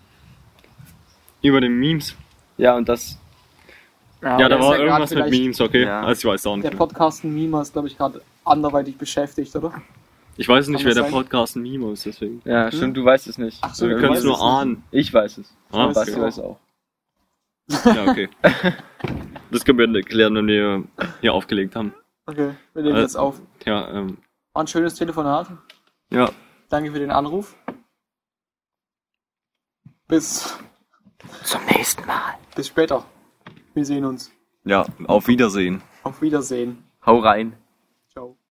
über den Memes.
Ja, und das
Ja, da
ist
war
gerade
irgendwas mit
vielleicht-
Memes, okay.
Ja.
Also ich weiß auch
Der
nicht. mehr.
Podcast Meme ist, glaube ich, gerade anderweitig beschäftigt, oder?
Ich weiß nicht,
Kann
wer
das
der
sein?
Podcast ein Meme ist, deswegen.
ja, stimmt, du weißt es nicht.
Ach so,
Wir
du
können es
weißt
nur
es nicht.
ahnen.
Ich weiß es.
Ah,
Ich
okay.
weiß
Basti weiß es auch.
Ja, okay. Das können wir erklären, wenn wir hier aufgelegt haben.
Okay, wir nehmen
Äh,
jetzt auf.
Ja, ähm,
War ein schönes Telefonat.
ja.
Danke für den Anruf. Bis,
Zum nächsten Mal.
bis später. Wir sehen uns.
Ja, auf Wiedersehen.
Auf Wiedersehen.
Hau rein.
Ciao.